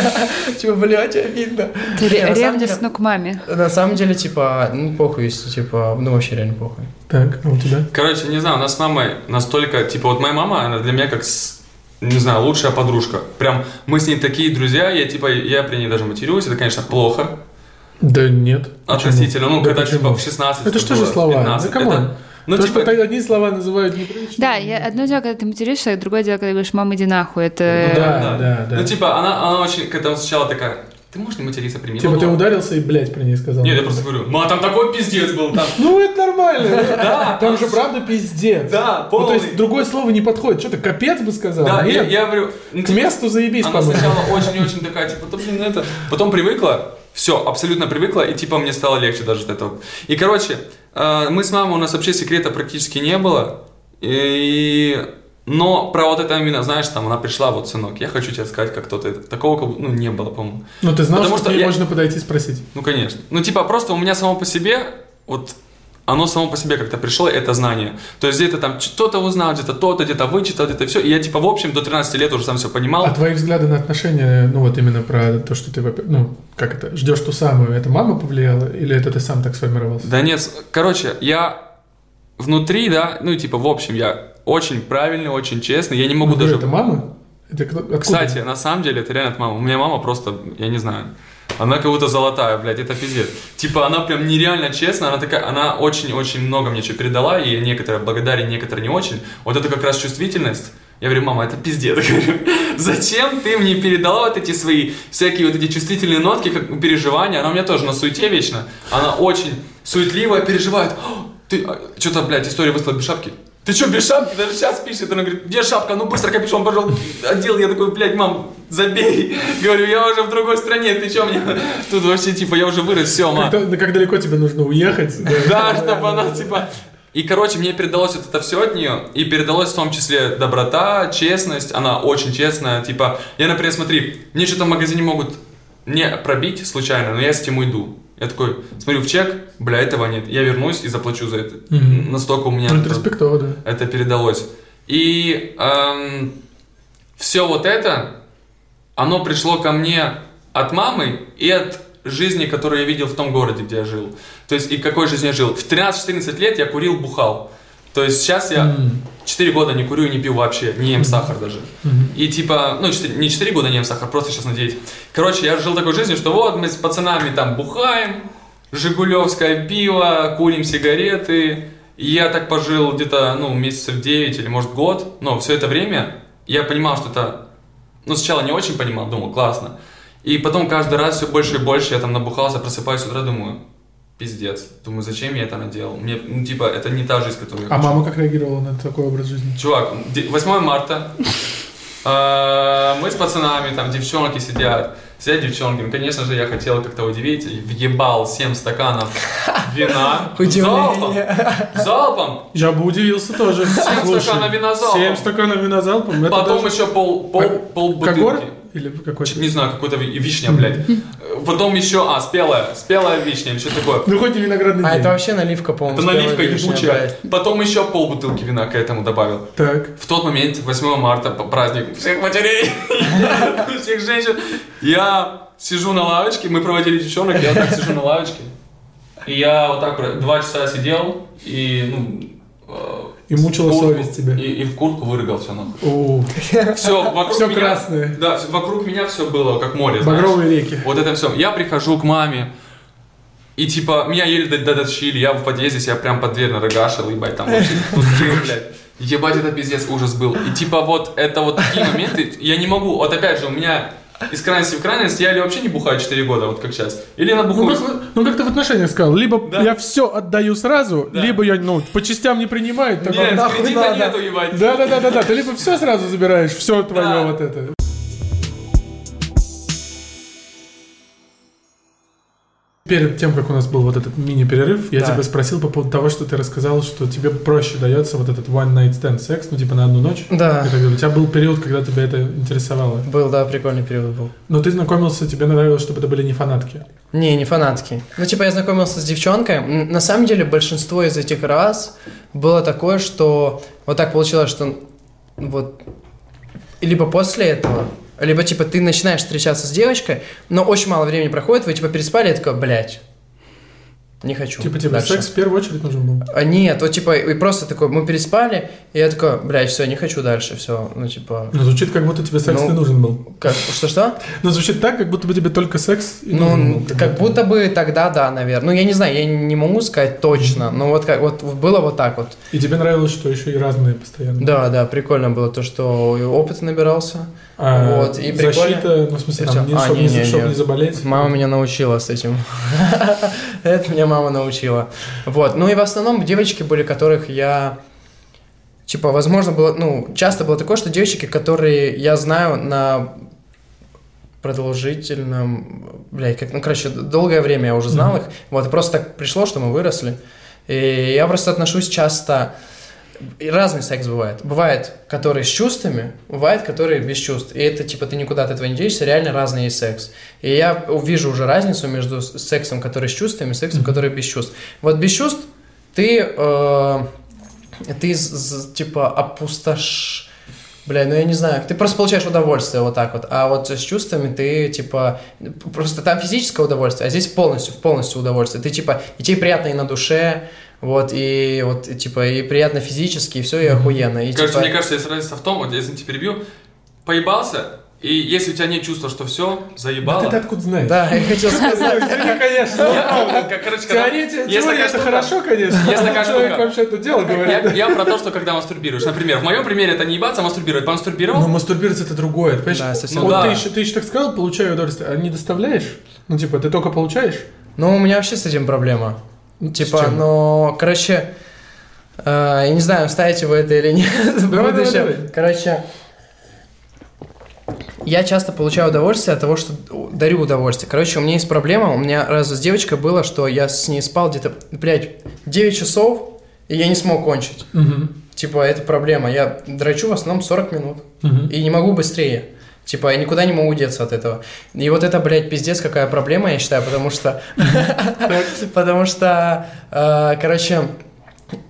Типа, блядь, обидно.
Это
Не,
ре-
на самом
ревность, ну.
деле-
но к маме.
На самом деле, типа, ну, похуй, если, типа, ну, вообще реально похуй.
Так, а у тебя?
Короче, не знаю, у нас с мамой настолько... Типа, вот моя мама, она для меня как, с- не знаю, лучшая подружка. Прям мы с ней такие друзья, я типа, я при ней даже матерюсь, это, конечно, плохо.
Да нет.
Относительно, ну,
Да
когда
почему?
типа в 16
Это что же
было,
слова?
15,
Ну, камон.
это- Ну,
То,
типа,
что так одни слова называют неприлично.
Да, я, одно дело, когда ты материшься, а другое дело, когда говоришь, мама, иди нахуй. Это...
Ну да, да, да.
Ну, типа, она, она очень, когда сначала такая, ты можешь не материться при мне?»
Типа
Ну,
ты
ну.
ударился и, блядь, про ней сказал.
Нет, я просто говорю, ну, а там такой пиздец был, там,
Ну это нормально.
Да,
Там же правда пиздец.
да,
Ну, то есть
полный.
другое слово не подходит. Что ты капец бы сказал?
Да, я,
Нет.
я говорю, ну,
К месту заебись,
Она
по-моему.
сначала очень-очень такая, типа, да блин, это... Потом привыкла, все, абсолютно привыкла, и типа мне стало легче даже от этого. И, короче, э, мы с мамой, у нас вообще секрета практически не было, и... Но про вот это именно, знаешь, там она пришла, вот, сынок, я хочу тебя сказать, как кто-то это. Такого, как бы, ну, не было, по-моему.
Ну ты знал,
Потому
что
что
к ней
я-
можно подойти и спросить.
Ну, конечно. Ну, типа, просто у меня само по себе, вот, оно само по себе как-то пришло, это знание. То есть где-то там что-то узнал, где-то то-то, где-то вычитал, где-то все. И я, типа, в общем, до 13 лет уже сам все понимал.
А твои взгляды на отношения, ну вот именно про то, что ты, во- ну как это, ждешь ту самую, это мама повлияла или это ты сам так сформировался?
Да нет, с- короче, я внутри, да, ну типа в общем, я очень правильный, очень честный, я не могу
Ну,
даже...
Это мама? Это кто- откуда?
Кстати, на самом деле это реально от мамы. У меня мама просто, я не знаю, она как будто золотая, блядь, это пиздец. Типа она прям нереально честная, она такая, она очень-очень много мне чего передала, и я некоторые благодарен, некоторые не очень. Вот это как раз чувствительность. Я говорю, мама, это пиздец. Я говорю, Зачем ты мне передала вот эти свои всякие вот эти чувствительные нотки, как переживания? Она у меня тоже на суете вечно. Она очень суетливая, переживает. «О, Ты а, что-то, блядь, история вышла без шапки. ты что, без шапки? Даже сейчас пишет. Она говорит, где шапка? Ну быстро капюшон, пожалуйста, одел. Я такой, блядь, мам, забей. Говорю, я уже в другой стране, ты что мне? Тут вообще, типа, я уже вырос, все, ма.
Как, как далеко тебе нужно уехать? да.
Да, чтобы она, типа... И, короче, мне передалось вот это все от нее, и передалось в том числе доброта, честность, она очень честная, типа, я, например, смотри, мне что-то в магазине могут не пробить случайно, но я с этим уйду. Я такой, смотрю в чек, бля, этого нет, я вернусь и заплачу за это.
Мгм.
Настолько у меня...
Ну,
это-
это респектово, да.
это передалось. И все вот это, оно пришло ко мне от мамы и от жизни, которую я видел в том городе, где я жил. То есть, и какой жизнью я жил. В 13-14 лет я курил, бухал. То есть, сейчас я
М,
4 года не курю и не пью вообще, не ем сахар даже.
мгм.
И типа, ну, четыре- не 4 года не ем сахар, просто сейчас надеюсь. Короче, я жил такой жизнью, что вот мы с пацанами там бухаем, жигулевское пиво, курим сигареты. И я так пожил где-то, ну, месяцев 9 или, может, год. Но все это время я понимал, что это... Ну, сначала не очень понимал, думал, классно. И потом каждый раз все больше и больше я там набухался, просыпаюсь с утра, думаю, пиздец. Думаю, зачем я это наделал? Мне, ну, типа, это не та жизнь, которую я
А
хочу.
мама как реагировала на такой образ жизни?
Чувак, де- 8 марта. Э, Мы с пацанами, там девчонки сидят. Сидят девчонки. Ну, конечно же, я хотел как-то удивить. и Въебал 7 стаканов вина. Залпом. Залпом.
Я бы удивился тоже.
Семь
Слушай,
стаканов вина залпом.
Семь стаканов вина залпом.
Ну,
это
Потом
даже
еще пол, пол,
А,
пол
Когор?
бутылки.
Или какой-то?
Не знаю, какой-то ви- вишня, блядь. Э, Потом еще, а, спелая, спелая вишня или что такое.
Ну, хоть и виноградный
А
день.
это вообще наливка, по-моему.
Это наливка
Ну, спелая вишня,
ебучая.
блядь.
Потом еще пол бутылки вина к этому добавил.
Так.
В тот момент, 8 марта, п- праздник всех матерей, всех женщин, я сижу на лавочке, мы проводили девчонок, я вот так сижу на лавочке. И я вот так про- два часа сидел и, ну... э,
И мучила
в куртку-
совесть тебя.
И, и в куртку вырыгал все нахуй.
О,
Все, вокруг
Всё
меня-
красное.
Да, всё- вокруг меня все было, как море, знаешь.
багровые реки.
Вот это все. Я прихожу к маме, и типа, меня еле до- до- дотащили, я в подъезде себя прям под дверь нарыгашил, ебать, там вообще тусил, блядь. Ебать, это пиздец, ужас был. И типа вот это вот такие моменты, я не могу, вот опять же, у меня из крайности в крайность, я или вообще не бухаю 4 года, вот как сейчас, или на
Ну
буху.
как, ну, как ты в отношениях сказал, либо
Да.
я все отдаю сразу,
Да.
либо я, ну, по частям не принимаю. так
Нет,
вот.
кредита
надо.
нету, ебать.
Ну, Да-да-да-да-да, ты либо все сразу забираешь, все твое
Да.
вот это. Перед тем, как у нас был вот этот мини-перерыв, я
Да.
тебя спросил по поводу того, что ты рассказал, что тебе проще дается вот этот one night stand секс, ну типа на одну ночь.
Да.
И так далее. У тебя был период, когда тебя это интересовало.
Был, да, прикольный период был.
Но ты знакомился, тебе нравилось, чтобы это были не фанатки.
Не, не фанатки. Ну, типа, я знакомился с девчонкой. М, На самом деле, большинство из этих раз было такое, что вот так получилось, что вот либо после этого, либо, типа, ты начинаешь встречаться с девочкой, но очень мало времени проходит, вы, типа, переспали, я такой, блядь, не хочу.
Типа тебе
дальше».
секс в первую очередь нужен был.
А, Нет, вот типа, и просто такой, мы переспали, и я такой, блядь, все, не хочу дальше, все, ну типа,
Ну, звучит, как будто тебе секс
Ну.
не нужен был.
как, что-что?
Ну, звучит так, как будто бы тебе только секс и нужен
Ну,
был,
как будто бы тогда да, наверное. Ну, я не знаю, я не могу сказать точно, но вот как вот было вот так вот.
И тебе нравилось, что еще и разные постоянно.
Да, да, прикольно было то, что и опыт набирался.
А
Вот, и
защита, ну, в смысле,
И всё.
там, не,
А,
чтобы,
не,
не-
не,
чтобы
не.
не заболеть.
Мама меня научила с этим. Это меня мама научила. Вот. Ну и в основном девочки были, которых я... Типа, возможно, было... Ну, часто было такое, что девочки, которые я знаю на продолжительном... Блядь, как... Ну, короче, д- долгое время я уже знал
Мгм.
их. Вот, и просто так пришло, что мы выросли. И я просто отношусь часто... И разный секс бывает. Бывает, который с чувствами, бывает, который без чувств. И это, типа, ты никуда от этого не денешься, реально разный есть секс. И я вижу уже разницу между с- сексом, который с чувствами, и сексом, который без чувств. Вот без чувств ты, э, ты, з- з- типа, опустош... Бля, ну я не знаю, ты просто получаешь удовольствие вот так вот, а вот с чувствами ты, типа, просто там физическое удовольствие, а здесь полностью, полностью удовольствие. Ты, типа, и тебе приятно и на душе, вот, и вот, и, типа, и приятно физически, и все, и охуенно. И,
Короче,
типа,
мне кажется, есть разница в том, вот я извините, перебью, поебался, и если у тебя нет чувства, что все,
А
заебало.
ты откуда знаешь? Ну,
Да, я хотел сказать.
Я- как- короче, когда-
Теория,
есть
теория
такая
это
штука.
хорошо, конечно.
Есть такая
но Человек
штука.
вообще это дело
Я,
говорит.
я про то, что когда мастурбируешь. Например, в моем примере это не ебаться, а мастурбировать. Помастурбировал?
Но мастурбировать Ну, это другое, ты понимаешь?
Да, совсем
Ну
вот
да.
ты, еще, ты еще так сказал, получаю удовольствие, а не доставляешь? Ну, типа, ты только получаешь?
Ну, у меня вообще с этим проблема.
Ну, с
Типа,
чем?
но, короче, А, я не знаю, вставите вы это или нет. в
Давай, давай,
будущем.
давай.
Короче, я часто получаю удовольствие от того, что дарю удовольствие. Короче, у меня есть проблема. У меня раз с девочкой было, что я с ней спал где-то, блядь, 9 часов, и я не смог кончить.
Мгм.
Типа, это проблема. Я дрочу в основном 40 минут.
Мгм.
И не могу быстрее. Типа, я никуда не могу деться от этого. И вот это, блядь, пиздец, какая проблема, я считаю, потому что... Потому что, э, короче,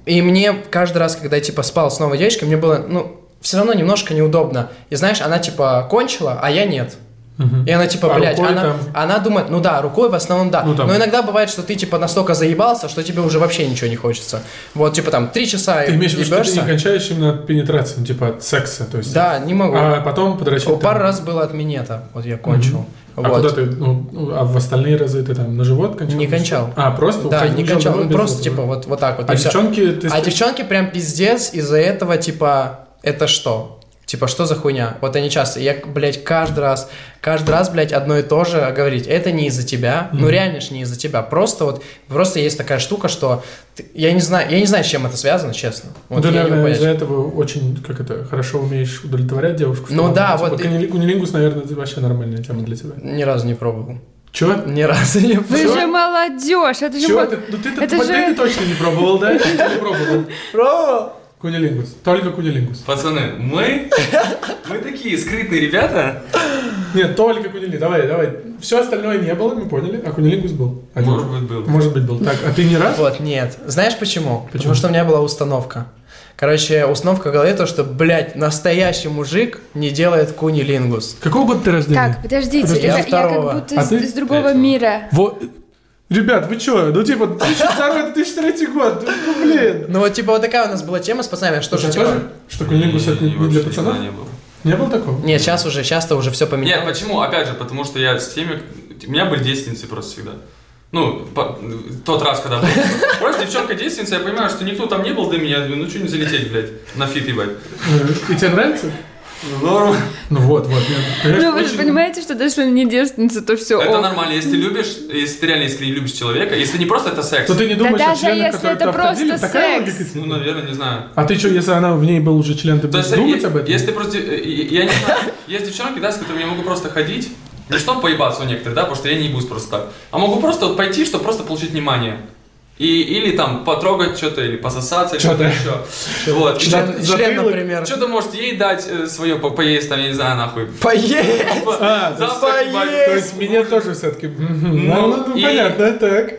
и мне каждый раз, когда я, типа, спал с новой девочкой, мне было, ну, все равно немножко неудобно. И знаешь, она, типа, кончила, а я нет.
Мгм.
И она типа,
А
блядь,
рукой
она,
там?
она думает, ну да, рукой в основном да.
Ну, там.
Но иногда бывает, что ты типа настолько заебался, что тебе уже вообще ничего не хочется. Вот, типа там, три часа
Ты
и
имеешь в виду, что ты
ебёшься.
не кончаешь именно от пенетрации, ну, типа от секса, то есть.
Да, не могу.
А потом подрочить.
О,
там.
пару раз было от минета, вот я кончил.
А
Вот.
куда ты, ну, ну, а в остальные разы ты там на живот кончал?
Не кончал.
А, просто?
Да,
уходил
не
на
кончал,
живот
ну
без
просто
этого?
типа вот, вот так вот.
А
и всё.
девчонки, ты...
а девчонки прям пиздец из-за этого, типа, это что? Типа, что за хуйня? Вот они часто, я, блядь, каждый раз, каждый раз, блядь, одно и то же говорить. Это не из-за тебя, ну
Мгм.
реально ж не из-за тебя. Просто вот, просто есть такая штука, что ты- я не знаю, я не знаю, с чем это связано, честно.
Ну,
Вот
ты,
я не могу
наверное,
понять.
из-за этого очень, как это, хорошо умеешь удовлетворять девушку. что
Ну
она,
да,
типа,
вот и-
кунилингус, наверное, это вообще нормальная тема для тебя.
Ни разу не пробовал.
Чё?
Ни разу не
Вы
пробовал.
же молодежь, это же
Чё?
типа,
мод-
Ты, ну, ты,
это
вот
же-
ты точно не пробовал, да? Ты не пробовал.
Пробовал?
Кунилингус. Только кунилингус.
Пацаны, мы... Мы такие скрытные ребята.
Нет, только кунилингус. Давай, давай. Все остальное не было, мы поняли. А кунилингус был. Один.
Может быть, был.
Может быть, был. Так, а ты не раз?
Вот, нет. Знаешь почему?
Почему?
Потому что у меня была установка. Короче, установка в голове то, что, блядь, настоящий мужик не делает кунилингус.
Какого года ты рождения?
Так, подождите,
Подожди, я
это- я, как
второго.
будто
А
из,
ты
из другого
третьего.
мира.
Во- Ребят, вы чё? Ну, типа, 2002-2003 год. Ну, блин.
Ну вот типа вот такая у нас была тема с пацанами, что же
Слушай,
типа...
тоже, Что кунилингус это не-
И
не
вообще
для пацанов?
никогда а не было.
Не было такого?
Нет, сейчас уже, часто уже все
Нет,
поменялось.
почему? Опять же, потому что я с теми... У меня были девственницы просто всегда. Ну, по- тот раз, когда был. Просто девчонка девственница, я понимаю, что никто там не был до меня. Я думаю, ну что не залететь, блядь, на фит ебать.
Э, И тебе нравится?
Ну, норм.
Ну вот, вот. нет, понимаешь,
Ну, вы же
очень-
понимаете, что даже если не девственница, то все.
Это нормально, если ты любишь, если ты реально искренне любишь человека, если не просто это секс.
То Ну, ты не думаешь о
даже
членах,
если
которые
это
туда входили?
просто
Такая
секс.
логика?
Ну, наверное, не знаю.
А ты что, если она в ней был уже член, ты
То
будешь
есть,
думать
е-
об этом?
если ты просто... э, э, Я не знаю, есть девчонки, да, с которыми я могу просто ходить, ну что поебаться у некоторых, да, потому что я не ебусь просто так. А могу просто вот пойти, чтобы просто получить внимание. И, или там потрогать что-то, или пососаться, или что-то
Чё-то.
еще. Вот.
Член,
За-
член,
затылок.
например.
Что-то может ей дать свое поесть, там, я не знаю, нахуй.
Поесть!
А, то есть-
Запах, ебать,
то есть меня тоже все-таки... Ну, ну,
и-
понятно, так.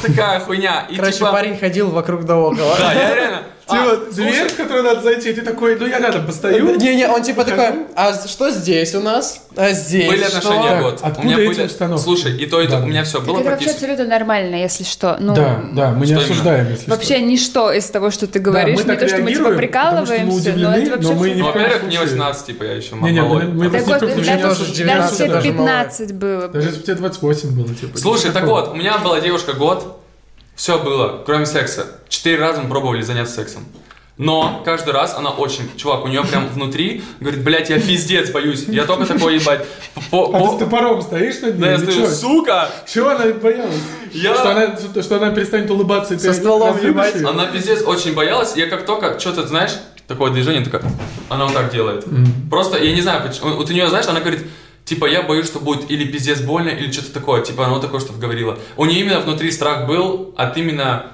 такая хуйня. И
Короче,
типа-
парень ходил вокруг да около.
Да, я реально...
Ты
А,
вот
слушай,
Типа, дверь, в которую надо зайти, и ты такой, ну я рядом постою.
Не-не, он типа такой, а что здесь у нас? А здесь
Были
что?»
отношения,
Так,
вот.
откуда эти установки?
Слушай, и то, и то,
Да.
у меня все было
это вообще
практически.
абсолютно нормально, если что. Ну,
Да, да, мы не
Что именно?
осуждаем, если
вообще
что.
ничто из того, что ты говоришь,
мы
не
так
то, что мы типа
реагируем, потому что мы
прикалываемся, но
удивлены,
это вообще
но мы
Ну,
ни в коем
во-первых, мне
случае.
18, типа, я еще
Не-не, мы-
малой.
мы
Да
просто
год,
ни в коем
даже-
случае не
даже
осуждаем.
даже
19 даже малое.
тебе 15 было.
Даже если бы тебе 28 было, типа.
Слушай,
ничего
так
такого.
вот, у меня была девушка год, все было, кроме секса. Четыре раза мы пробовали заняться сексом. Но каждый раз она очень, чувак, у нее прям внутри, говорит, блядь, я пиздец боюсь, я только такой ебать. По-
А ты с
по-
топором стоишь над ней?
Да я
или
стою,
чё?
сука!
Чего она боялась?
Я-
Что, она, что, что она перестанет улыбаться и
Со стволом ебать.
её?
Она пиздец очень боялась. Я как только что-то, знаешь, такое движение, такая, она вот так делает. Просто, я не знаю, почему. Вот у нее, знаешь, она говорит, типа, я боюсь, что будет или пиздец больно, или что-то такое. Типа, она вот такое что-то говорила. У нее именно внутри страх был от именно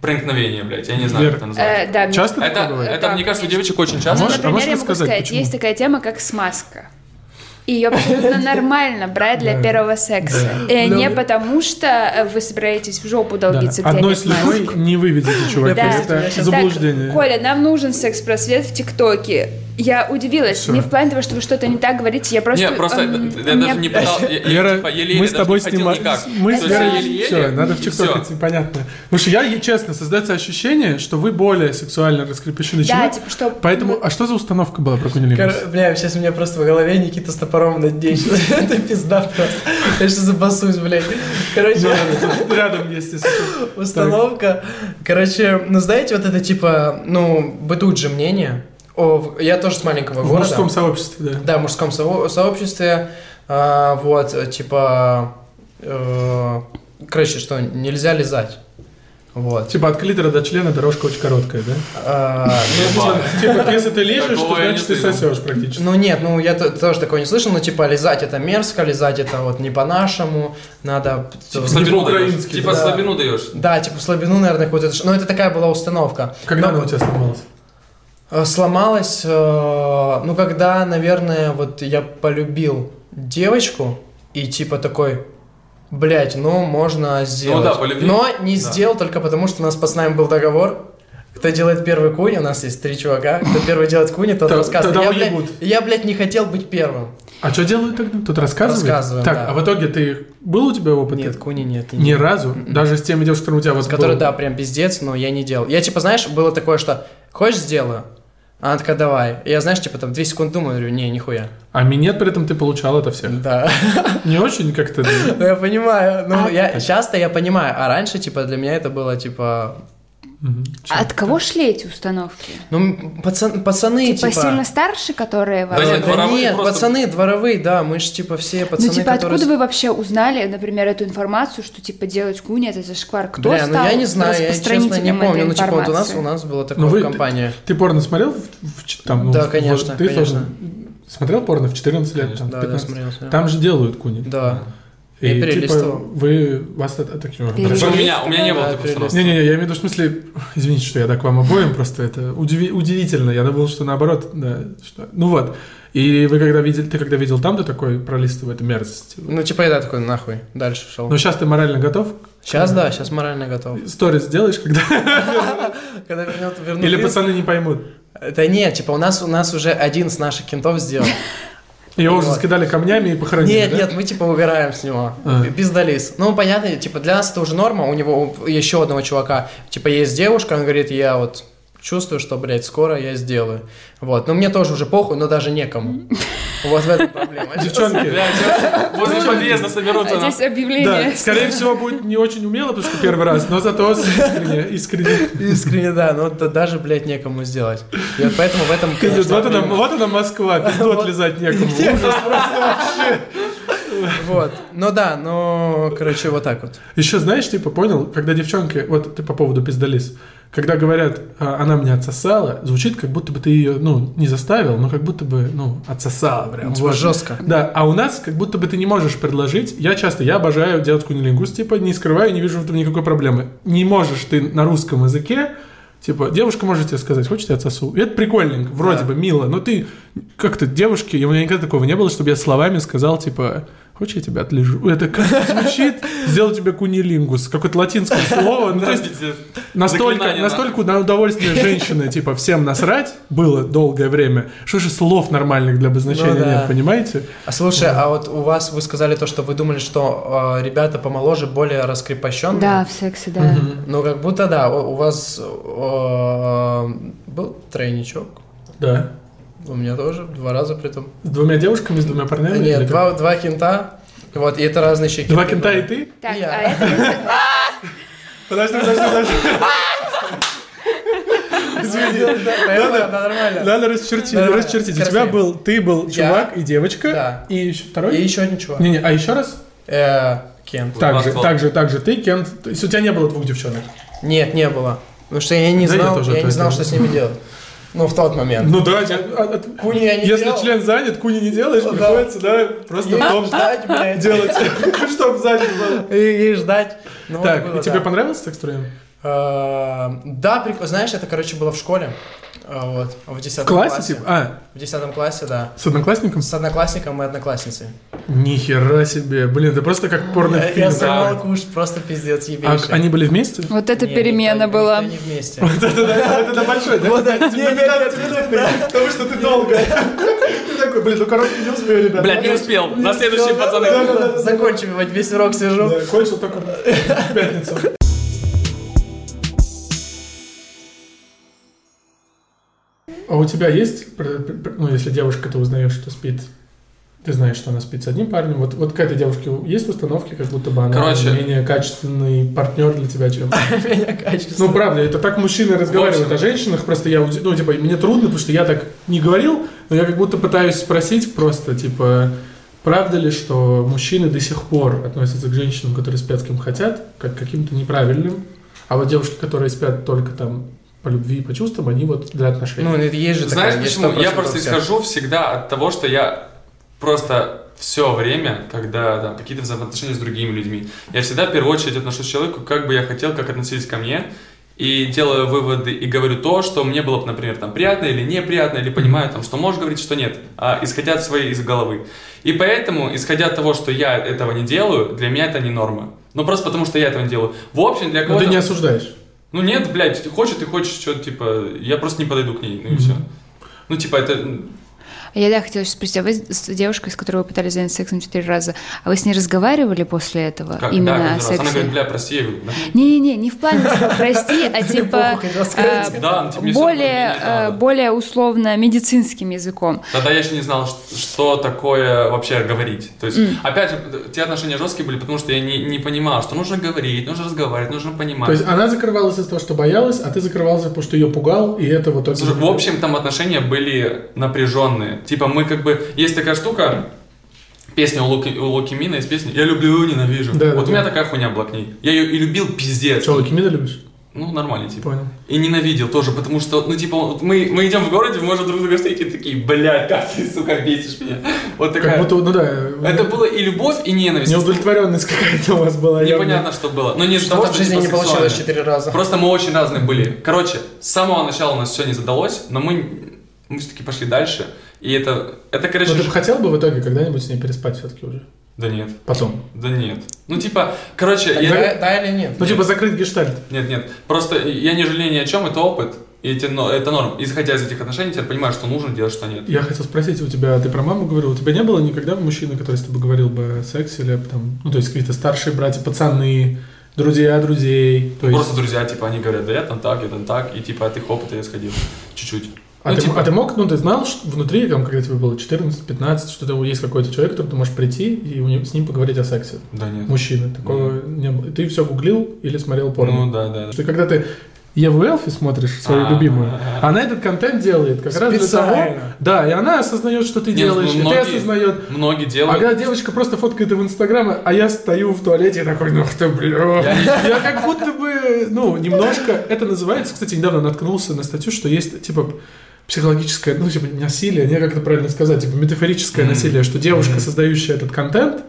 проникновения, блядь. Я не знаю, как это называется.
Э, да, мне-
Часто такое
Это,
бывает?
это, мне кажется, у девочек очень часто.
Ну,
можешь- а
например,
можешь
я могу
рассказать,
сказать,
почему?
есть такая тема, как смазка. И ее абсолютно нормально брать для
Да.
первого секса. И
Да.
не потому, что э, вы собираетесь в жопу
Да.
долбиться, где
Одной
нет
слюной
смазки.
не выведете, чуваки.
Да.
Это
Так,
заблуждение.
Коля, нам нужен секс-просвет в ТикТоке. Я удивилась.
Всё.
Не в плане того, что вы что-то не так говорите, я просто...
Не, просто
эм,
я
у
даже
меня-
не пытался. я- я,
Лера,
типа, еле-еле
мы с
даже
тобой
не хотел
снимаем.
никак.
Мы с
То
Это
есть я
да.
Лерой
еле-еле,
Все, надо в
и
ТикТок
всё.
идти, понятно. Потому что я, честно, создается ощущение, что вы более сексуально раскрепощены, чем
Да,
мы.
типа, что...
Поэтому, а что за установка была про
Кор-
кунилингус?
Бля, сейчас у меня просто в голове Никита с топором над ней. Это пизда просто. Я сейчас забасусь, блядь.
Ну,
Короче,
ладно, тут Рядом есть, если что.
Установка. Короче, ну знаете, вот это типа, ну, бытует же мнение. О, в- я тоже с маленького
В
города.
мужском сообществе, да.
Да, в мужском со- сообществе. а, вот, э, типа, э, короче, что нельзя лизать. Вот.
Типа от клитора до члена дорожка очень короткая, да?
А,
Ебать.
Типа, если ты лежишь, то
Такого я не
значит ты
слышал.
сосешь практически.
Ну нет, ну я т- тоже такого не слышал, но типа лизать это мерзко, лизать это вот не по-нашему, надо...
Типа слабину даешь.
по-украински,
Типа
да.
слабину даешь.
Да, типа слабину, наверное, какую-то... ш- Ну это такая была установка.
Когда
Но-
она у тебя сломалась?
Э, Сломалась, э, ну, когда, наверное, вот я полюбил девочку, и типа такой, блядь, ну, можно сделать.
да, полюбил.
Но не
Да.
сделал только потому, что у нас с пацанами был договор, кто делает первый куни, у нас есть три чувака, кто первый делает куни, тот
Т-
рассказывает.
тогда
Я,
вы
блядь,
ебут.
я, блядь, не хотел быть первым.
А что делают тогда? Тут рассказывают?
Рассказываем,
Так,
да.
а в итоге ты... Был у тебя опыт?
Нет, куни нет.
Ни разу? Даже с теми девушками у тебя вас
Который,
был?
да, прям пиздец, но я не делал. Я, типа, знаешь, было такое, что «Хочешь, сделаю?» Она такая «Давай». Я, знаешь, типа, там, две секунды думаю, говорю «Не, нихуя».
А минет при этом ты получал это всех?
Да.
Не очень как-то... да?
Ну, я понимаю.
А,
Ну, я часто я понимаю, а раньше, типа, для меня это было, типа...
Мгм.
А
От кого шли эти установки?
Ну, м, пацан- пацаны,
Типа,
типа...
сильно старше, которые
Э,
вас...
Да,
Да
нет,
нет, дворовые просто-
пацаны дворовые, да, мы же, типа, все пацаны,
ну, типа,
которые...
откуда вы вообще узнали, например, эту информацию, что, типа, делать куни — это зашквар? Кто
Бля, ну
стал
я не знаю, я честно не
распространителем
помню.
этой
Ну, типа, вот у нас,
информации?
у нас было
Ну,
такое
вы-
в компании.
Ты порно смотрел? в- в ч- там, ну,
Да,
в-
конечно,
Ты
конечно.
тоже смотрел порно в 14 лет?
Конечно,
там,
Да,
15?
да, смотрел, смотрел.
Там же делают куни.
Да.
И,
Я
типа,
перелистывал.
вы... Вас это... так, ну,
Перелистывал.
Просто У меня, у меня не было
Да,
такой установки.
Не-не-не, я имею в виду, в смысле, извините, что я так вам обоим, просто это удиви- удивительно. Я думал, что наоборот, да. что- Ну вот. И вы когда видели, ты когда видел там, ты такой пролистывай, это мерзость.
Ну, типа, я такой, нахуй, дальше шел.
Но сейчас ты морально готов?
Сейчас, да, сейчас морально готов.
Сторис сделаешь, когда...
Когда вернет, вернут
Или
вид-
пацаны не поймут.
Да нет, типа, у нас, у нас уже один с наших кентов сделал.
Его уже
Вот.
скидали камнями и похоронили,
Нет,
да?
нет, мы типа угораем с него.
А.
Пиздалис. Ну, понятно, типа для нас это уже норма. У него у еще одного чувака, типа, есть девушка, он говорит, я вот чувствую, что, блядь, скоро я сделаю. Вот. Но мне тоже уже похуй, но даже некому. Вот в этом проблема.
Девчонки,
Бля, сейчас Возле подъезда соберутся.
А
нам.
Здесь объявление.
да, скорее всего, будет не очень умело, потому что первый раз, но зато с- искренне, искренне.
Искренне, да, но да- даже, блядь, некому сделать. И вот поэтому в этом...
Пиздец,
конечно,
вот она,
проблема.
вот она Москва, пиздот лизать некому. Ужас просто вообще.
Вот. Ну да, ну, короче, вот так вот.
Еще знаешь, типа понял, когда девчонки, вот ты по поводу пиздолис, когда говорят, «А, она меня отсосала, звучит как будто бы ты ее, ну, не заставил, но как будто бы, ну, отсосала прям.
Типа
вот.
жестко.
Да, а у нас как будто бы ты не можешь предложить. Я часто, я обожаю делать кунилингус, типа, не скрываю, не вижу в этом никакой проблемы. Не можешь ты на русском языке, типа, девушка может тебе сказать, хочешь я отсосу? И это прикольненько, вроде бы, мило, но ты как-то девушке, и у меня никогда такого не было, чтобы я словами сказал, типа, хочешь я тебя отлежу? Это как звучит, сделал тебе кунилингус, какое-то латинское слово, ну то есть
Здравствуйте.
Настолько,
Заклинание, да.
настолько на удовольствие женщины, типа, всем насрать было долгое время, что же слов нормальных для обозначения
Ну да.
нет, понимаете?
А слушай, а вот у вас вы сказали то, что вы думали, что э, ребята помоложе более раскрепощенные.
Да, в сексе, да.
Ну, как будто да, у у вас э, был тройничок,
Да.
у меня тоже, два раза при том.
С двумя девушками, с двумя парнями? или
Нет,
как?
два, два кента, вот, и это разные щеки.
Два кента и ты?
Так,
Я.
а это...
Подожди, подожди, подожди.
Извини, да, поэтому да, нормально.
Надо расчертить,
Давай,
расчертить. У тебя
красиво.
был, ты был
Я.
чувак и девочка.
Да.
И еще
И
второй?
еще один чувак.
Не-не, а еще раз?
Э, Кент.
Так же,
Раствол.
так же, так же ты, Кент. То есть у тебя не было двух девчонок?
Нет, не было. Потому что я не
Да, я
знал,
тоже
я,
это
не знал,
делал.
что с ними делать. Ну, в тот момент.
Ну да, я- а- а-
Куни я не
если
делал. Ну
член занят, куни не делаешь,
Да.
приходится, да, просто
Ей
потом
ждать, блядь.
делать, чтобы занят было.
И, и ждать. Ну, вот
Так,
было,
и тебе
да.
понравился секс втроем?
Э, Да, прикольно. Знаешь, это, короче, было в школе. Э, Вот, в 10
В классе, типа? А,
В 10 классе, да.
с одноклассником?
С одноклассником и одноклассницей.
Нихера себе. Блин, это просто как
Я, я
порнофильм.
сорвал куш, просто пиздец,
А
ебейший.
они были вместе?
Вот это
Не,
перемена
никто-
была.
никто не вместе.
Это большой, да?
Вот, да, не, не,
Потому что ты долго. Ты такой, блин, ну короткий не успею, ребят.
Блядь, не успел. На следующий,
Всё, да,
пацаны.
да, да, да. Закончим, вот весь урок сижу.
Да, Кончил только в пятницу. А у тебя есть, пр- пр- пр- ну, если девушка, ты узнаешь, что спит, ты знаешь, что она спит с одним парнем, вот, вот к этой девушке есть установки, как будто бы она
Короче.
менее качественный партнер для тебя, чем...
Меня
Ну,
качественно.
правда, это так мужчины разговаривают о женщинах, просто я, уди- ну, типа, мне трудно, потому что я так не говорил, но я как будто пытаюсь спросить просто, типа, правда ли, что мужчины до сих пор относятся к женщинам, которые спят с кем хотят, как к каким-то неправильным, А вот девушки, которые спят только там по любви и по чувствам, они вот для отношений.
Ну, это есть же
Знаешь
такая, есть
почему? Я
100%
просто
вся.
исхожу всегда от того, что я просто все время, когда там какие-то взаимоотношения с другими людьми, я всегда в первую очередь отношусь к человеку, как бы я хотел, как относились ко мне, и делаю выводы и говорю то, что мне было бы, например, там приятно или неприятно, или понимаю там, что можешь говорить, что нет, а, исходя от своей из головы. И поэтому, исходя от того, что я этого не делаю, для меня это не норма. Ну просто потому, что я этого не делаю. В общем, для
Но
кого-то...
Ну, ты не осуждаешь.
Ну нет, блядь, хочет и хочет, что типа, я просто не подойду к ней, ну и все. Ну типа это... м,
Я да, хотела сейчас спросить, а вы с девушкой, с которой вы пытались заняться сексом четыре раза, а вы с ней разговаривали после этого?
Как,
Именно
да, каждый
о
раз. Она говорит,
сексе?
бля, прости, я говорю, да.
Не-не-не, не в плане, типа, прости, а типа а,
Да, ну, типа, мне всё равно, мне
более,
не
э,
надо.
более условно медицинским языком.
Тогда я еще не знал, что, что такое вообще говорить. То есть, опять же, те отношения жесткие были, потому что я не, не понимал, что нужно говорить, нужно разговаривать, нужно понимать.
То есть она закрывалась из-за того, что боялась, а ты закрывался, потому что ее пугал, и это вот...
Слушай, в общем, там отношения были напряженные. Типа мы как бы... Есть такая штука, песня у Луки, у Луки Мина из песни «Я люблю, ненавижу».
Да, да,
вот у меня
да.
такая хуйня была к ней. Я ее и любил пиздец.
Что, Лукимина любишь?
Ну, нормально, типа.
Понял.
И ненавидел тоже, потому что, ну, типа, вот мы, мы идем в городе, мы можем друг друга встретить и такие, блядь, как ты, сука, бесишь меня. Вот
Как
такая.
будто, ну да,
Это было и любовь, и ненависть.
неудовлетворенность какая-то у вас была. явно.
Непонятно, что было. Но не из-за того,
Что в
что
жизни
типа,
не получилось
сексуально.
четыре раза?
Просто мы очень разные были. Короче, с самого начала у нас все не задалось, но мы, мы все-таки пошли дальше. И это, это, короче...
Но Ну, ты
ж-
бы хотел бы в итоге когда-нибудь с ней переспать все-таки уже?
Да нет,
Потом.
да нет. Ну, типа, короче,
Так
я...
Да да или нет?
Ну, типа закрыть гештальт.
Нет, нет. Просто я не жалею ни о чем, это опыт. И эти но- это норм. Исходя из этих отношений, я понимаю, что нужно делать, что нет.
Я хотел спросить у тебя, ты про маму говорил, у тебя не было никогда мужчины, который с тобой говорил бы о сексе или там, ну, то есть какие-то старшие братья, пацаны, друзья друзей, то есть...
Просто друзья, типа, они говорят, да я там так, я там так, и типа от их опыта я сходил чуть-чуть.
А,
ну,
ты,
типа-
а ты мог, ну, ты знал, что внутри, там, когда тебе было 14-15, что там есть какой-то человек, который ты можешь прийти и у него- с ним поговорить о сексе?
Да нет. Ну,
Мужчины, такого не было. Ты все гуглил или смотрел порно?
Ну да, да. да.
Ты когда ты Еву Элфи смотришь, свою
А,
любимую,
да.
она этот контент делает как раз для того...
Специально.
Да, и она осознает, что ты
Не,
делаешь,
ну,
и ты
многие-
осознаешь.
Многие
А когда
делают.
девочка просто фоткает это в Инстаграм, а я стою в туалете и такой, ну ты, бля. Я как будто бы, ну, немножко... Это называется, кстати, недавно наткнулся на статью, что есть, типа, психологическое, ну, типа, насилие, не как это правильно сказать, типа, метафорическое
Мгм.
насилие, что девушка, создающая этот контент,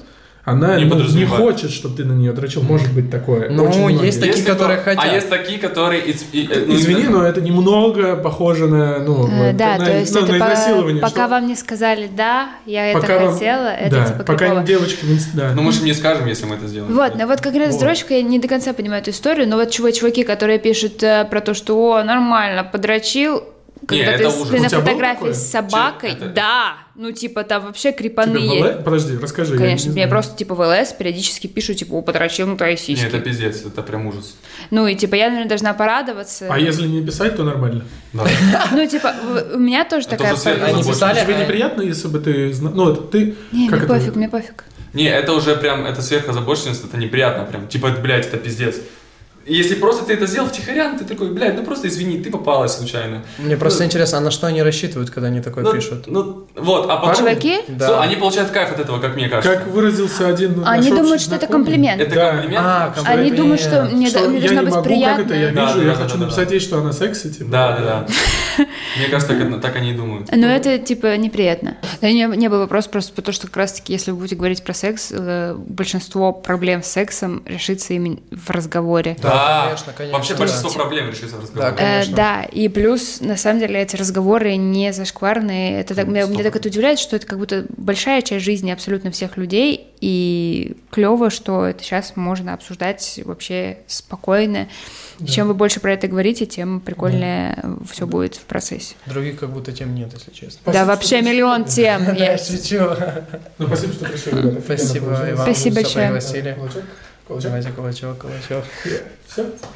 она
Не
ну, не,
подразумевает.
хочет, чтобы ты на нее дрочил. Может быть такое.
Ну,
Очень многие.
есть такие,
Если бы-
которые хотят.
А есть такие, которые... из- и- э, ну,
Извини,
да.
но это немного похоже на, ну,
Э,
вот,
Да,
на,
то есть
ну,
это
на
по-
изнасилование.
пока
что-
вам не сказали «да», я это
пока вам-
хотела, это
да,
типа
пока
крипово.
девочки не... Да.
Ну мы же им не скажем, если мы это сделаем.
Вот, но вот как раз
Вот.
дрочка, я не до конца понимаю эту историю, но вот чув- чуваки, которые пишут э, про то, что «О, нормально, подрочил»,
Не,
когда
это
ты, с-
ужас.
ты
У
на
тебя было
фотографии
такое?
с собакой,
Чё, это-
да, ну типа там вообще крипаны
Тебе в
есть.
LS? Подожди, расскажи. я
Конечно,
не
мне
знаю.
просто типа в ЛС периодически пишут, типа, «О, подрочил на твои
Нет,
сиськи».
это пиздец, это прям ужас.
Ну и типа я, наверное, должна порадоваться.
А если не писать, то нормально.
Да.
Ну типа в- у меня тоже
Это
такая...
уже след-
проблема.
Они
Больше.
писали,
Тебе
а-
неприятно, если бы ты... зна- Ну, это ты...
Э. Не,
как
мне
это-
пофиг, мне пофиг.
Не, это уже прям, это сверхозабоченность, это неприятно прям. Типа, это, блядь, это пиздец. Если просто ты это сделал втихаря, ты такой, блядь, ну просто извини, ты попалась случайно.
Мне просто интересно, а на что они рассчитывают, когда они такое
Ну,
пишут?
ну, вот, а потом...
Чуваки?
Да.
Всё, Они получают кайф от этого, как мне кажется.
Как выразился один наш
Они
общий
думают, что
Ну,
это
знакомый,
комплимент.
Это
Да.
комплимент?
А,
Что-
комплимент.
Они думают, что мне,
что
да- мне должна
я не
быть
могу,
приятно.
как это я вижу,
Да, да,
я
да,
хочу
да, да,
написать
да.
ей, что она секси, типа.
Да, да, да. Мне кажется, так, так они и думают.
Но это, типа, неприятно. Да не, не был вопрос просто потому, что как раз-таки, если вы будете говорить про секс, э, большинство проблем с сексом решится именно в разговоре.
Да, конечно, конечно,
Вообще
да.
большинство проблем решится в разговоре.
Да,
Э,
конечно.
да, и плюс, на самом деле, эти разговоры не зашкварные. Это так, меня,
Сто
меня так это удивляет, что это как будто большая часть жизни абсолютно всех людей, и клево, что это сейчас можно обсуждать вообще спокойно. И Чем вы больше про это говорите, тем прикольнее все будет в процессе.
Других как будто тем нет, если честно.
Спасибо,
да, вообще
что
миллион тем.
Я
есть.
шучу.
Ну, спасибо, что пришли, ребята.
Спасибо, Иван.
Спасибо
что
большое.
пригласили.
Кулачок? Кулачок?
Давайте, кулачок, кулачок.
Все?